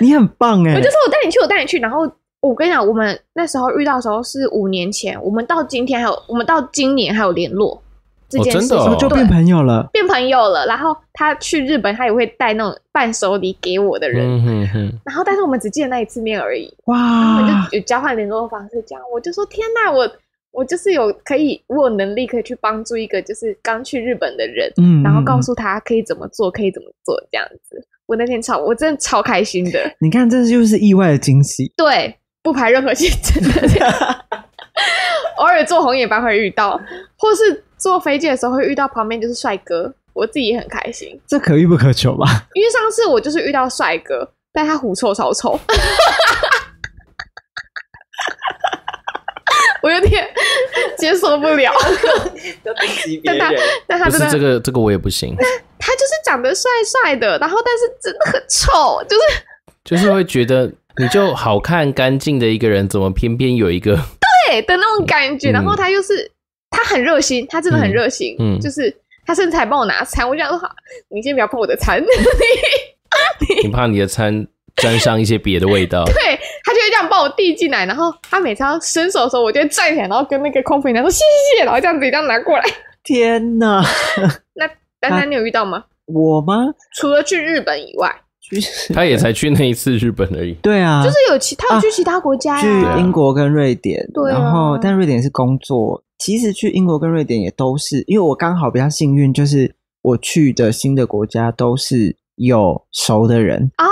Speaker 1: 你很棒哎、
Speaker 4: 我就说我带你去，我带你去。然后我跟你讲，我们那时候遇到的时候是五年前，我们到今天还有，我们到今年还有联络这件事情，
Speaker 2: 真的哦
Speaker 1: 然后就
Speaker 4: 对
Speaker 1: 变朋友了。
Speaker 4: 变朋友了。然后他去日本，他也会带那种伴手礼给我的 人。
Speaker 2: 嗯哼哼，
Speaker 4: 然后，但是我们只见那一次面而已，我们
Speaker 1: 哇，
Speaker 4: 就有交换联络方式，这样我就说天哪，我我就是有可以，我有能力可以去帮助一个就是刚去日本的人，
Speaker 1: 嗯
Speaker 4: 然后告
Speaker 1: 嗯
Speaker 4: 诉他可以怎么做，可以怎么做这样子。我那天超，我真的超开心的
Speaker 1: 嗯，你看，这就是意外的惊喜。
Speaker 4: 对，不排任何行程的这样，偶尔坐红眼班会遇到，或是坐飞机的时候会遇到旁边就是帅哥，我自己也很开心，
Speaker 1: 这可遇不可求 吧？
Speaker 4: 因为上次我就是遇到帅哥，但他狐臭超臭。我有点接受不了，但 他但他
Speaker 2: 不
Speaker 4: 真
Speaker 2: 是
Speaker 4: 的
Speaker 2: 这个这个我也不 行，
Speaker 4: 他就是长得帅帅的，然后但是真的很臭，就是
Speaker 2: 就是会觉得你就好看干净的一个人，怎么偏偏有一 个
Speaker 4: 对的那种感觉。
Speaker 2: 嗯
Speaker 4: 然后他又是他很热心，他真的很热心，
Speaker 2: 嗯嗯
Speaker 4: 就是他甚至还帮我拿餐。我就想说，好，你先不要碰我的餐，
Speaker 2: 你怕你的餐沾上一些别的味道？
Speaker 4: 对他就会这样帮我递进来。然后他每次要伸手的时候，我就会站起来，然后跟那个空服员讲说谢谢，然后这样子这样拿过来。
Speaker 1: 天哪，
Speaker 4: 丹
Speaker 1: 啊
Speaker 4: 丹，你有遇到吗？
Speaker 1: 我吗？
Speaker 4: 除了去日本以外，
Speaker 2: 他也才去那一次日本而已。
Speaker 1: 对啊，
Speaker 4: 就是有其他有去其他国家
Speaker 1: 去
Speaker 4: 哎呀、
Speaker 1: 英国跟瑞典，
Speaker 4: 对啊
Speaker 1: 然后但瑞典是工作。其实去英国跟瑞典也都是，因为我刚好比较幸运，就是我去的新的国家都是有熟的人，
Speaker 4: 啊，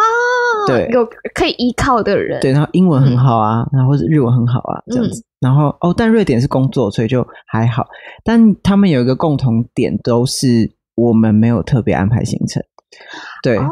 Speaker 1: 对
Speaker 4: 有可以依靠的人，
Speaker 1: 对，然后英文
Speaker 4: 嗯
Speaker 1: 很好啊，然后或是日文很好啊，这样子。然后哦，但瑞典是工作，所以就还好。但他们有一个共同点，都是我们没有特别安排行程，对，
Speaker 4: 哦，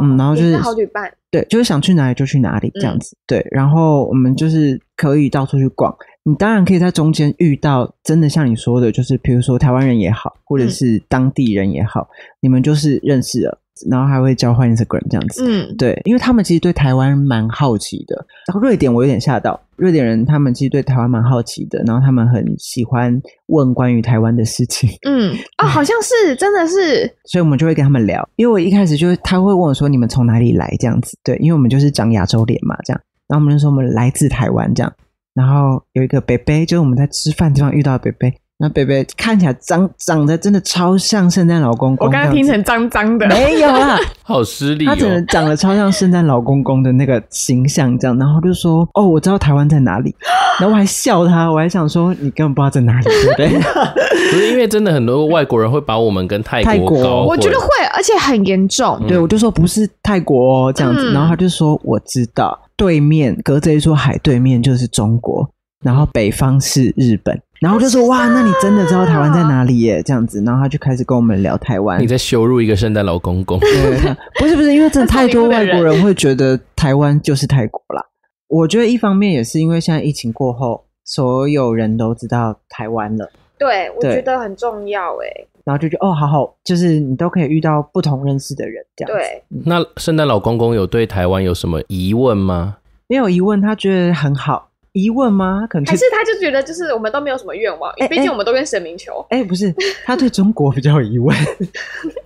Speaker 1: 嗯然后就是
Speaker 4: 也是好旅伴，
Speaker 1: 对，就是想去哪里就去哪里这
Speaker 4: 嗯
Speaker 1: 样子。对，然后我们就是可以到处去逛。你当然可以在中间遇到真的像你说的，就是比如说台湾人也好，或者
Speaker 4: 嗯
Speaker 1: 是当地人也好，你们就是认识了，然后还会交换 Instagram 这样子。
Speaker 4: 嗯，
Speaker 1: 对，因为他们其实对台湾蛮好奇的。然后瑞典我有点吓到，瑞典人他们其实对台湾蛮好奇的，然后他们很喜欢问关于台湾的事情。
Speaker 4: 嗯，哦，好像是，真的是，
Speaker 1: 所以我们就会跟他们聊。因为我一开始就是他会问我说你们从哪里来这样子，对，因为我们就是长亚洲脸嘛，这样，然后我们就说我们来自台湾这样。然后有一个北北，就是我们在吃饭地方遇到的北北，那北北看起来长长得真的超像圣诞老公公，
Speaker 4: 我刚刚听成脏脏的，
Speaker 1: 这样子没有啦，
Speaker 2: 好失礼
Speaker 1: 他整个
Speaker 2: 哦！
Speaker 1: 长得超像圣诞老公公的那个形象，这样，然后就说：“哦，我知道台湾在哪里。”然后我还笑他，我还想说：“你根本不知道在哪里，对不对
Speaker 2: 不是因为真的很多外国人会把我们跟泰
Speaker 1: 泰国
Speaker 2: 国搞混，
Speaker 4: 我觉得会，而且很严重？”
Speaker 1: 对，我就说不是泰国哦，这样子。
Speaker 4: 嗯
Speaker 1: 然后他就说：“我知道，对面隔着一座海，对面就是中国，然后北方是日本。”然后我就说：“哇，那你真的知道台湾在哪里耶？”这样子，然后他就开始跟我们聊台湾
Speaker 2: 你。在羞辱一个圣诞老公公。
Speaker 1: 对，他不是不是，因为真的
Speaker 4: 他
Speaker 1: 太
Speaker 4: 是
Speaker 1: 多
Speaker 4: 无辜的
Speaker 1: 外国
Speaker 4: 人
Speaker 1: 人会觉得台湾就是泰国啦。我觉得一方面也是因为现在疫情过后，所有人都知道台湾了，
Speaker 4: 对，我
Speaker 1: 对
Speaker 4: 觉得很重要，哎，
Speaker 1: 然后就觉得哦，好好，就是你都可以遇到不同认识的人，这样子
Speaker 4: 对，
Speaker 2: 那圣诞老公公有对台湾有什么疑问吗？
Speaker 1: 没有疑问，他觉得很好。疑问吗？他可能
Speaker 4: 还
Speaker 1: 就是
Speaker 4: 他就觉得就是我们都没有什么愿望
Speaker 1: 哎，
Speaker 4: 毕
Speaker 1: 哎
Speaker 4: 竟我们都跟神明求，
Speaker 1: 哎、不是，他对中国比较有 疑问，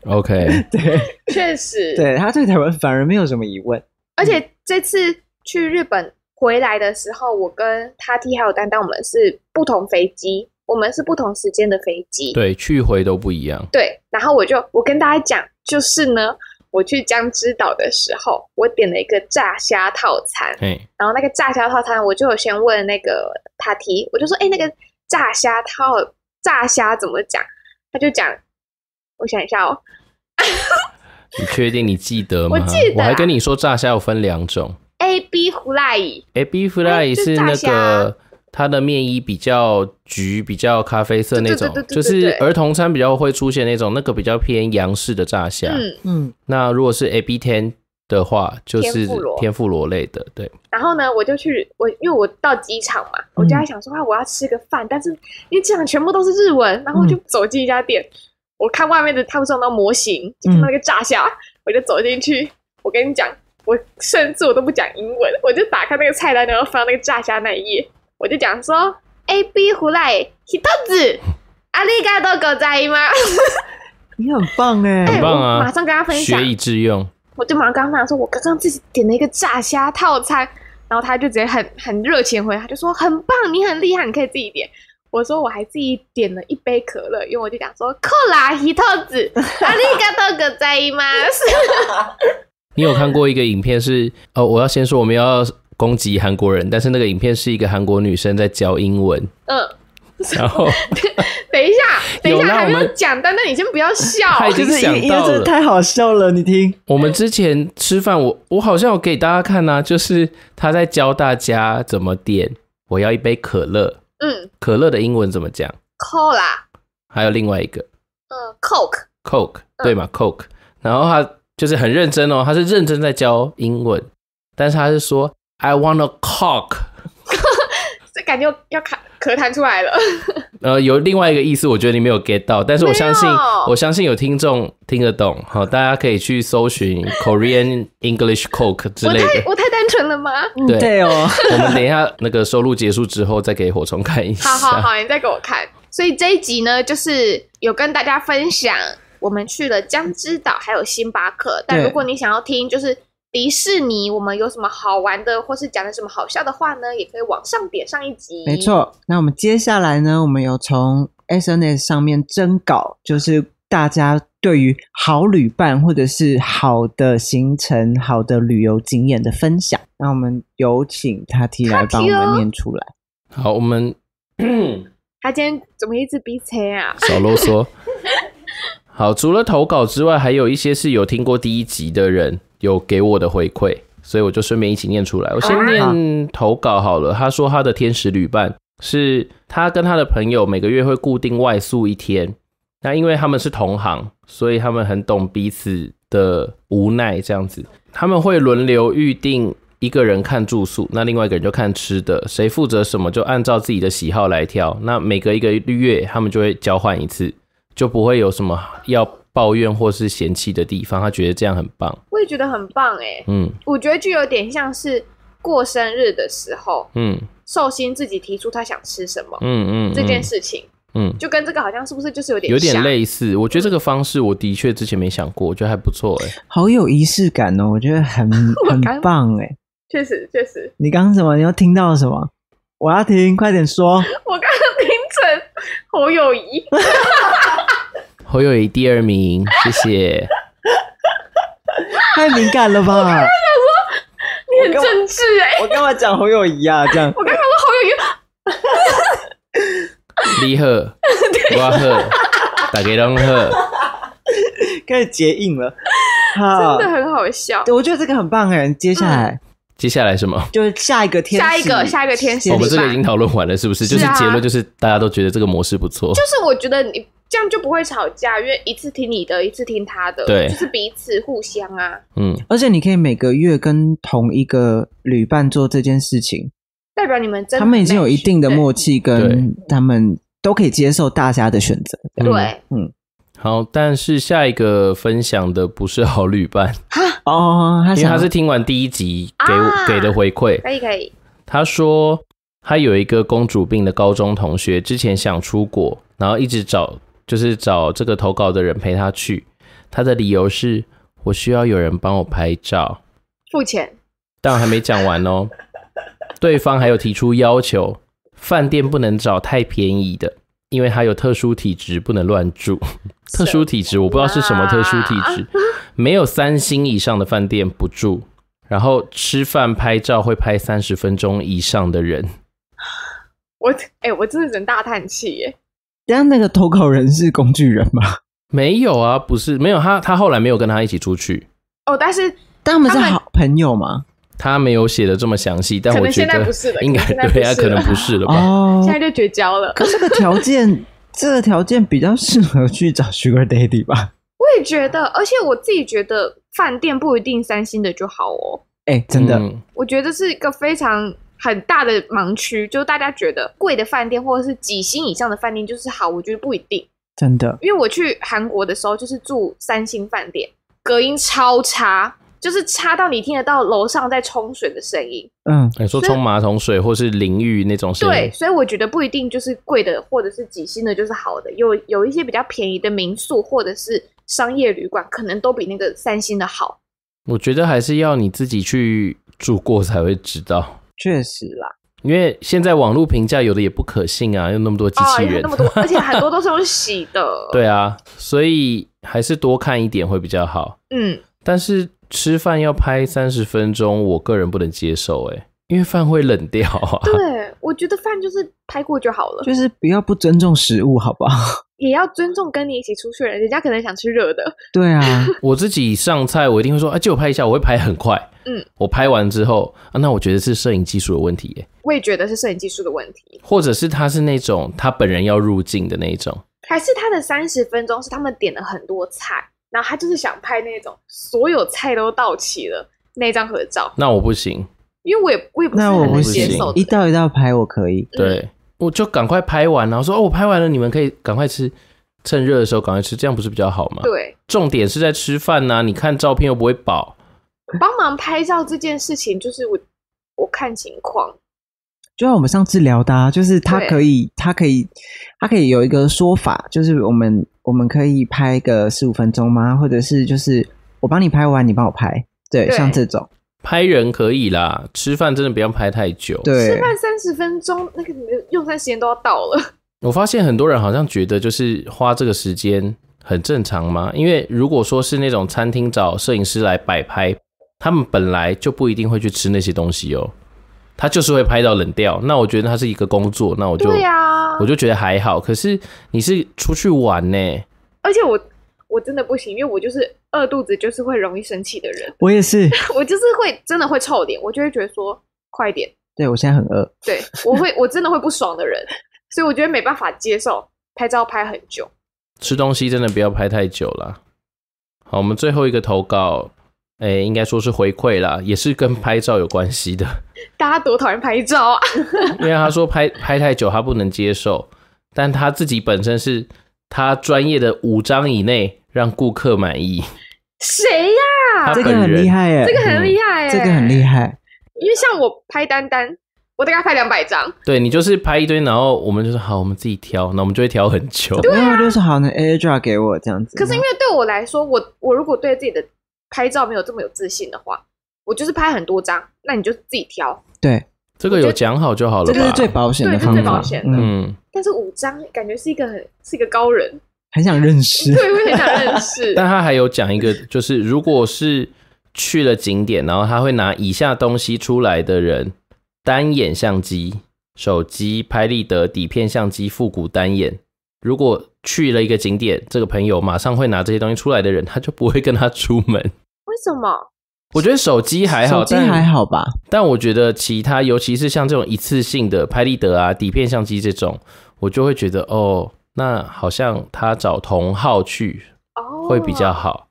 Speaker 2: OK，
Speaker 1: 对
Speaker 4: 确实，
Speaker 1: 对，嗯他对台湾反而没有什么疑问。
Speaker 4: 而且这次去日本回来的时候，我跟他 T 还有丹丹，我们是不同飞机，我们是不同时间的飞 机。
Speaker 2: 对，去回都不一样。
Speaker 4: 对然后我就我跟大家讲，就是呢，我去江之岛的时候，我点了一个炸虾套餐，
Speaker 2: 嘿，
Speaker 4: 然后那个炸虾套餐，我就有先问那个他 T，我就说，哎，那个炸虾套炸虾怎么讲？他就讲，我想一下哦，
Speaker 2: 你确定你记得吗？
Speaker 4: 我记得啊
Speaker 2: 还跟你说炸虾有分两种
Speaker 4: A B 哎胡赖伊，
Speaker 2: 诶 b fly
Speaker 4: 哎
Speaker 2: 是
Speaker 4: 就
Speaker 2: 那
Speaker 4: 是炸
Speaker 2: 个它的面衣比较橘、比较咖啡色那种
Speaker 4: 对对，对
Speaker 2: 就
Speaker 4: 对对对
Speaker 2: 是儿童餐比较会出现那种，那个比较偏洋式的炸虾。
Speaker 4: 嗯，
Speaker 1: 嗯，
Speaker 2: 那如果是 A B ten 的话，就是
Speaker 4: 天妇罗
Speaker 2: 天妇罗类的，对，
Speaker 4: 然后呢，我就去我因为我到机场嘛，我就
Speaker 2: 嗯
Speaker 4: 在想说啊，我要吃个饭，但是因为机场全部都是日文，然后我
Speaker 2: 嗯
Speaker 4: 就走进一家店，我看外面的他们送到模型，就
Speaker 2: 嗯
Speaker 4: 看到那个炸虾，我就走进去。我跟你讲，我甚至我都不讲英文，我就打开那个菜单，然后翻到那个炸虾那一页，我就讲说 A B 胡来一 子，阿里嘎多狗在吗？
Speaker 1: 你很棒哎、
Speaker 4: 哎、
Speaker 2: 很棒啊
Speaker 4: 我马上跟他分享
Speaker 2: 学，以致用，
Speaker 4: 我就马上跟他分享说，我刚刚自己点了一个炸虾套餐，然后他就直接很很热情回，他就说很棒，你很厉害，你可以自己点。我说我还自己点了一杯可乐，因为我就讲说扣啦一套子，阿里嘎多哥在吗？
Speaker 2: 你有看过一个影片是？哦，我要先说我们要攻击韩国人，但是那个影片是一个韩国女生在教英文，
Speaker 4: 嗯，
Speaker 2: 然后
Speaker 4: 等一下，等一
Speaker 2: 有
Speaker 4: 下
Speaker 2: 啦
Speaker 4: 还没
Speaker 2: 我
Speaker 4: 有
Speaker 2: 们
Speaker 4: 讲，丹丹你先不要笑，
Speaker 2: 太
Speaker 1: 就
Speaker 2: 已
Speaker 1: 是
Speaker 2: 经
Speaker 1: 因
Speaker 2: 想
Speaker 1: 因为
Speaker 2: 到
Speaker 1: 这
Speaker 2: 了
Speaker 1: 太好笑了，你听，
Speaker 2: 我们之前吃饭，我我好像有给大家看呐、啊，就是她在教大家怎么点，我要一杯可乐，
Speaker 4: 嗯，
Speaker 2: 可乐的英文怎么讲？
Speaker 4: 扣啦，
Speaker 2: 还有另外一个
Speaker 4: 嗯，Coke，
Speaker 2: Coke，对嘛、c o k e 然后她就是很认真哦，她是认真在教英文，但是她是说 I want a Coke，
Speaker 4: 这感觉要卡咳痰出来了。
Speaker 2: 呃，有另外一个意思，我觉得你没有 get 到，但是我相信
Speaker 4: 没有，
Speaker 2: 我相信有听众听得懂。好，大家可以去搜寻 Korean English Coke 之
Speaker 4: 我
Speaker 2: 类
Speaker 4: 太
Speaker 2: 的。
Speaker 4: 我太嗯单纯了吗？
Speaker 2: 对
Speaker 1: 哦，
Speaker 2: 我们等一下那个收录结束之后再给火虫看一下。
Speaker 4: 好好好，你再给我看。所以这一集呢，就是有跟大家分享我们去了江之岛还有星巴克。但
Speaker 1: 对
Speaker 4: 如果你想要听就是迪士尼，我们有什么好玩的，或是讲的什么好笑的话呢，也可以往上点上一集。
Speaker 1: 没，错。那我们接下来呢，我们有从 SNS 上面征稿，就是大家对于好旅伴或者是好的行程、好的旅游经验的分享。那我们有请他提来帮我
Speaker 4: 哦
Speaker 1: 们念出来。
Speaker 2: 好，我们
Speaker 4: 他今天怎么一直鼻塞啊？
Speaker 2: 少啰嗦。 好，除了投稿之外，还有一些是有听过第一集的人有给我的回馈，所以我就顺便一起念出来。我先念投稿好了。他说他的天使旅伴是他跟他的朋友每个月会固定外宿一天，那因为他们是同行，所以他们很懂彼此的无奈，这样子他们会轮流预定。一个人看住宿，那另外一个人就看吃的，谁负责什么就按照自己的喜好来挑。那每隔一个月，他们就会交换一次，就不会有什么要抱怨或是嫌弃的地方。他觉得这样很棒，
Speaker 4: 我也觉得很棒哎、
Speaker 2: 嗯
Speaker 4: 我觉得就有点像是过生日的时候，
Speaker 2: 嗯
Speaker 4: 寿星自己提出他想吃什么、
Speaker 2: 嗯嗯，
Speaker 4: 这件
Speaker 2: 嗯
Speaker 4: 事情，
Speaker 2: 嗯
Speaker 4: 就跟这个好像是不是就是有点
Speaker 2: 有点
Speaker 4: 像
Speaker 2: 类似。我觉得这个方式我的确之前没想过，我觉得还不错哎、
Speaker 1: 好有仪式感哦，我觉得很
Speaker 4: 我
Speaker 1: 很
Speaker 4: 刚
Speaker 1: 棒哎。
Speaker 4: 确实确实。
Speaker 1: 你刚刚什么？你又听到了什么？我要听，快点 说。
Speaker 4: 我刚刚听成侯友谊，
Speaker 2: 侯友谊第二名，谢谢。
Speaker 1: 太敏感了吧！
Speaker 4: 你很政治哎、
Speaker 1: 我干嘛讲侯友谊啊？这样
Speaker 4: 我刚刚说侯友谊，
Speaker 2: 李 贺，瓜贺，打给龙贺，
Speaker 1: 开始结印了。好
Speaker 4: 真的嗯很好笑。
Speaker 1: 嗯对，我觉得这个很棒哎。接下来、
Speaker 2: 接下来什么？
Speaker 1: 就是下一个天使，
Speaker 4: 下一个下一个天使
Speaker 2: 我
Speaker 1: 天
Speaker 2: 们
Speaker 1: 使
Speaker 2: 这个已经讨论完哦了，是不是？
Speaker 4: 是
Speaker 2: 就是
Speaker 4: 啊
Speaker 2: 结论就是大家都觉得这个模式不错。
Speaker 4: 就是我觉得你这样就不会吵架，因为一次听你的，一次听他的，
Speaker 2: 对
Speaker 4: 就是彼此互相啊，
Speaker 2: 嗯，
Speaker 1: 而且你可以每个月跟同一个旅伴做这件事情，
Speaker 4: 代表你们真的
Speaker 1: 他们已经有
Speaker 4: match，
Speaker 1: 一定的
Speaker 4: 对
Speaker 1: 默契，跟他们都可以接受大家的选择。嗯
Speaker 2: 契
Speaker 4: 对，
Speaker 2: 好，但是下一个分享的不是好旅 伴，
Speaker 1: 哦，他
Speaker 2: 因为
Speaker 1: 想
Speaker 2: 他是听完第一集给我、
Speaker 4: 啊
Speaker 2: 给的回馈，
Speaker 4: 可以可以，
Speaker 2: 他说他有一个公主病的高中同学，之前想出国，然后一直找就是找这个投稿的人陪他去，他的理由是我需要有人帮我拍照，
Speaker 4: 付钱，
Speaker 2: 但还没讲完 哦，对方还有提出要求，饭店不能找太便宜的，因为他有特殊体质，不能乱 住。特殊体质我不知道是什么特殊体质，没有三星以上的饭店不住，然后吃饭拍照会拍三十分钟以上的人，
Speaker 4: 我哎、我真的只能大叹气耶，
Speaker 1: 等下那个投稿人是工具人吗？
Speaker 2: 没有啊，不是没有他，他后来没有跟他一起出去，
Speaker 4: 哦，但是
Speaker 1: 但他们是
Speaker 4: 他们
Speaker 1: 好朋友吗？
Speaker 2: 他没有写的这么详细，但
Speaker 4: 可
Speaker 2: 我
Speaker 4: 能
Speaker 2: 觉
Speaker 4: 现在
Speaker 2: 得
Speaker 4: 不是了
Speaker 2: 应该
Speaker 4: 可能现在不
Speaker 2: 对啊，
Speaker 4: 是
Speaker 2: 可能
Speaker 4: 了
Speaker 2: 不是了吧？
Speaker 1: 哦
Speaker 4: 现，在就绝交了。
Speaker 1: 可这个条 件，这个条件比较适合去找 Sugar Daddy 吧？
Speaker 4: 我也觉得，而且我自己觉得饭店不一定三星的就好哦。
Speaker 1: 哎、真的，
Speaker 2: 嗯
Speaker 4: 我觉得这是一个非常很大的盲区，就是大家觉得贵的饭店或者是几星以上的饭店就是好，我觉得不一定。
Speaker 1: 真的，
Speaker 4: 因为我去韩国的时候就是住三星饭店，隔音超差，就是差到你听得到楼上在冲水的声音。
Speaker 1: 嗯，
Speaker 2: 你说冲马桶水或是淋浴那种声音
Speaker 4: 对，，所以我觉得不一定就是贵的或者是几星的就是好的，有有一些比较便宜的民宿或者是商业旅馆，可能都比那个三星的好。
Speaker 2: 我觉得还是要你自己去住过才会知道，
Speaker 1: 确实啦。
Speaker 2: 因为现在网络评价有的也不可信啊，有那么多机
Speaker 4: 啊，
Speaker 2: 器
Speaker 4: 有
Speaker 2: 人。，
Speaker 4: 那，么多，而且很多都是用洗的
Speaker 2: 对啊，所以还是多看一点会比较好。
Speaker 4: 嗯，
Speaker 2: 但是吃饭要拍三十分钟，我个人不能接受、欸，因为饭会冷掉啊。
Speaker 4: 对，我觉得饭就是拍过就好了，
Speaker 1: 就是不要不尊重食物，好不好？
Speaker 4: 也要尊重跟你一起出去的人，人家可能想吃热的。
Speaker 1: 对啊，
Speaker 2: 我自己上菜，我一定会说，啊，借我拍一下，我会拍很快。
Speaker 4: 嗯，
Speaker 2: 我拍完之后，啊，那我觉得是摄影技术的问题、欸，
Speaker 4: 我也觉得是摄影技术的问题，
Speaker 2: 或者是他是那种他本人要入境的那一种。
Speaker 4: 还是他的三十分钟是他们点了很多菜，然后他就是想拍那种所有菜都到齐了那张合照，
Speaker 2: 那我不行，
Speaker 4: 因为我也我也不是
Speaker 1: 那我
Speaker 4: 很
Speaker 1: 不
Speaker 4: 能接
Speaker 1: 行
Speaker 4: 受，
Speaker 1: 一
Speaker 4: 的。
Speaker 1: 道一道拍我可以。
Speaker 2: 对，我就赶快拍完，然后说哦，我拍完了，你们可以赶快吃，趁热的时候赶快吃，这样不是比较好吗？
Speaker 4: 对，
Speaker 2: 重点是在吃饭呐、你看照片又不会饱，
Speaker 4: 帮忙拍照这件事情，就是我我看情况，
Speaker 1: 就像我们上次聊的、啊，就是他
Speaker 4: 对
Speaker 1: 可以，他可以，他可以有一个说法，就是我们我们可以拍个十五分钟吗？或者是就是我帮你拍完，你帮我拍，对，
Speaker 4: 对
Speaker 1: 像这种，
Speaker 2: 拍人可以啦，吃饭真的不要拍太久。，
Speaker 1: 对
Speaker 4: 吃，饭三十分钟，那个你的用餐时间都要到了。
Speaker 2: 我发现很多人好像觉得就是花这个时间很正常嘛，因为如果说是那种餐厅找摄影师来摆拍，他们本来就不一定会去吃那些东西哦，他就是会拍到冷掉。那我觉得他是一个工作，那我就
Speaker 4: 对呀、
Speaker 2: 我就觉得还好。可是你是出去玩呢、
Speaker 4: 而且我我真的不行，因为我就是饿肚子，就是会容易生气的人，
Speaker 1: 我也是，
Speaker 4: 我就是会真的会臭脸，我就会觉得说快点，
Speaker 1: 对我现在很饿，
Speaker 4: 对我会我真的会不爽的人，所以我觉得没办法接受拍照拍很久。
Speaker 2: 吃东西真的不要拍太久啦。好，我们最后一个投稿，哎、应该说是回馈啦，也是跟拍照有关系的，
Speaker 4: 大家多讨厌拍照啊！
Speaker 2: 因为他说拍拍太久他不能接受，但他自己本身是他专业的五张以内让顾客满意，
Speaker 4: 谁呀、
Speaker 2: 他
Speaker 1: 啊这个
Speaker 2: 本
Speaker 1: 很厉
Speaker 2: 人
Speaker 1: 害耶，
Speaker 4: 这个很厉害、欸
Speaker 1: 嗯这个很厉，害，
Speaker 4: 因为像我拍丹丹，我大概拍两百张，
Speaker 2: 对你就是拍一堆，然后我们就说好，我们自己挑，那我们就会挑很久。
Speaker 1: 然后就说好，那 AirDrop 给我这样子，
Speaker 4: 可是因为对我来说，我我如果对自己的拍照没有这么有自信的话，我就是拍很多张，那你就自己挑。
Speaker 1: 对，
Speaker 2: 这个有讲好就好了
Speaker 1: 这个是
Speaker 2: 吧？
Speaker 1: 最保险的
Speaker 4: 对这
Speaker 1: 方法，
Speaker 4: 是最保险的
Speaker 1: 嗯，
Speaker 2: 嗯，
Speaker 4: 但是五张感觉是一个很是一个高人，
Speaker 1: 很想认识，
Speaker 4: 对，我也很想 认 识。
Speaker 2: 但他还有讲一个，就是如果是去了景点，然后他会拿以下东西出来的人：单眼相机、手机、拍立得、底片相机、复古单眼。如果去了一个景点，这个朋友马上会拿这些东西出来的人，他就不会跟他出门。
Speaker 4: 为什么？
Speaker 2: 我觉得手机还好，
Speaker 1: 手机
Speaker 2: 但
Speaker 1: 还好吧？
Speaker 2: 但我觉得其他，尤其是像这种一次性的拍立得啊、底片相机这种，我就会觉得哦，那好像他找同号去，
Speaker 4: 哦，
Speaker 2: 会比较好，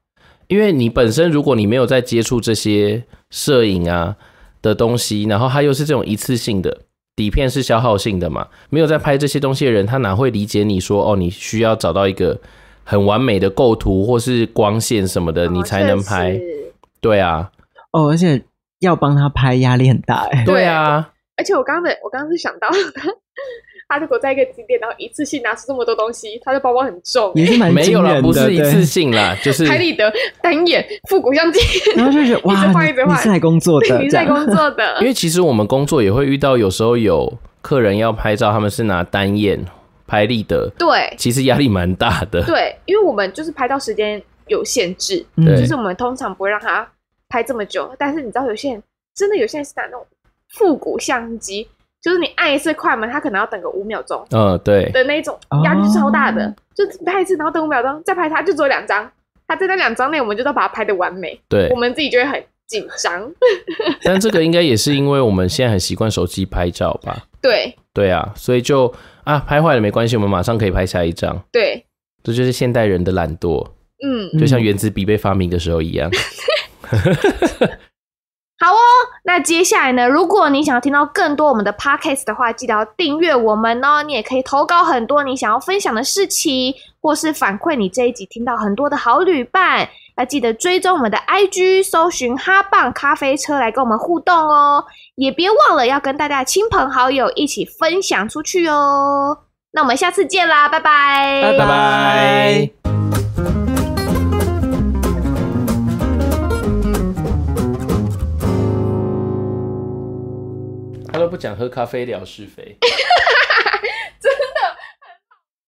Speaker 2: 因为你本身如果你没有在接触这些摄影啊的东西，然后它又是这种一次性的底片是消耗性的嘛，没有在拍这些东西的人，他哪会理解你说哦，你需要找到一个很完美的构图或是光线什么的，
Speaker 4: 哦，
Speaker 2: 你才能
Speaker 4: 确
Speaker 2: 拍。
Speaker 4: 实
Speaker 2: 对啊，
Speaker 1: 哦，而且要帮他拍，压力很大哎。
Speaker 2: 对啊，
Speaker 4: 而且我刚刚的，我刚刚是想到，他如果在一个景点，然后一次性拿出这么多东西，他的包包很重。
Speaker 1: 也是蛮
Speaker 2: 没有
Speaker 1: 惊人
Speaker 2: 啦，
Speaker 1: 的
Speaker 2: 不是一
Speaker 1: 对
Speaker 2: 次性啦，就是
Speaker 4: 拍立得、单眼、复古相机，
Speaker 1: 然后就觉得哇，
Speaker 4: 一直换一直
Speaker 1: 你你
Speaker 4: 换
Speaker 1: 是来工 作嗯的，
Speaker 4: 你
Speaker 1: 这
Speaker 4: 在
Speaker 1: 样
Speaker 4: 工作的
Speaker 2: 因，为其实我们工作也会遇到，有时候有客人要拍照，他们是拿单眼拍立得，
Speaker 4: 对
Speaker 2: 其实压力蛮大的。
Speaker 4: 对，因为我们就是拍照时间有限制，
Speaker 1: 嗯
Speaker 2: 对
Speaker 4: 就是我们通常不会让他拍这么久。但是你知道，有些人真的有些人是拿那种复古相机，就是你按一次快门，他可能要等个五秒钟
Speaker 2: 嗯，对，
Speaker 4: 的那一种，
Speaker 1: 哦
Speaker 4: 压力超大的。就拍一次，然后等五秒钟，再拍它，就只有两张。他在那两张内，我们就都把它拍的完美，
Speaker 2: 对
Speaker 4: 我，们自己就会很紧张。
Speaker 2: 但这个应该也是因为我们现在很习惯手机拍照吧？
Speaker 4: 对
Speaker 2: 对啊，所以就啊，拍坏了没关系，我们马上可以拍下一张。
Speaker 4: 对，
Speaker 2: 这就是现代人的懒惰，
Speaker 4: 嗯，
Speaker 1: 嗯
Speaker 2: 就像原子笔被发明的时候一样。
Speaker 4: 好哦，那接下来呢？如果你想要听到更多我们的 podcast 的话，记得要订阅我们哦。你也可以投稿很多你想要分享的事情，或是反馈你这一集听到很多的好旅伴。
Speaker 3: 要记得追踪我们的 IG，搜寻哈棒咖啡车来跟我们互动哦。也别忘了要跟大家的亲朋好友一起分享出去哦。那我们下次见啦，拜拜，
Speaker 1: 拜
Speaker 2: 拜拜。他都不讲喝咖啡聊是非。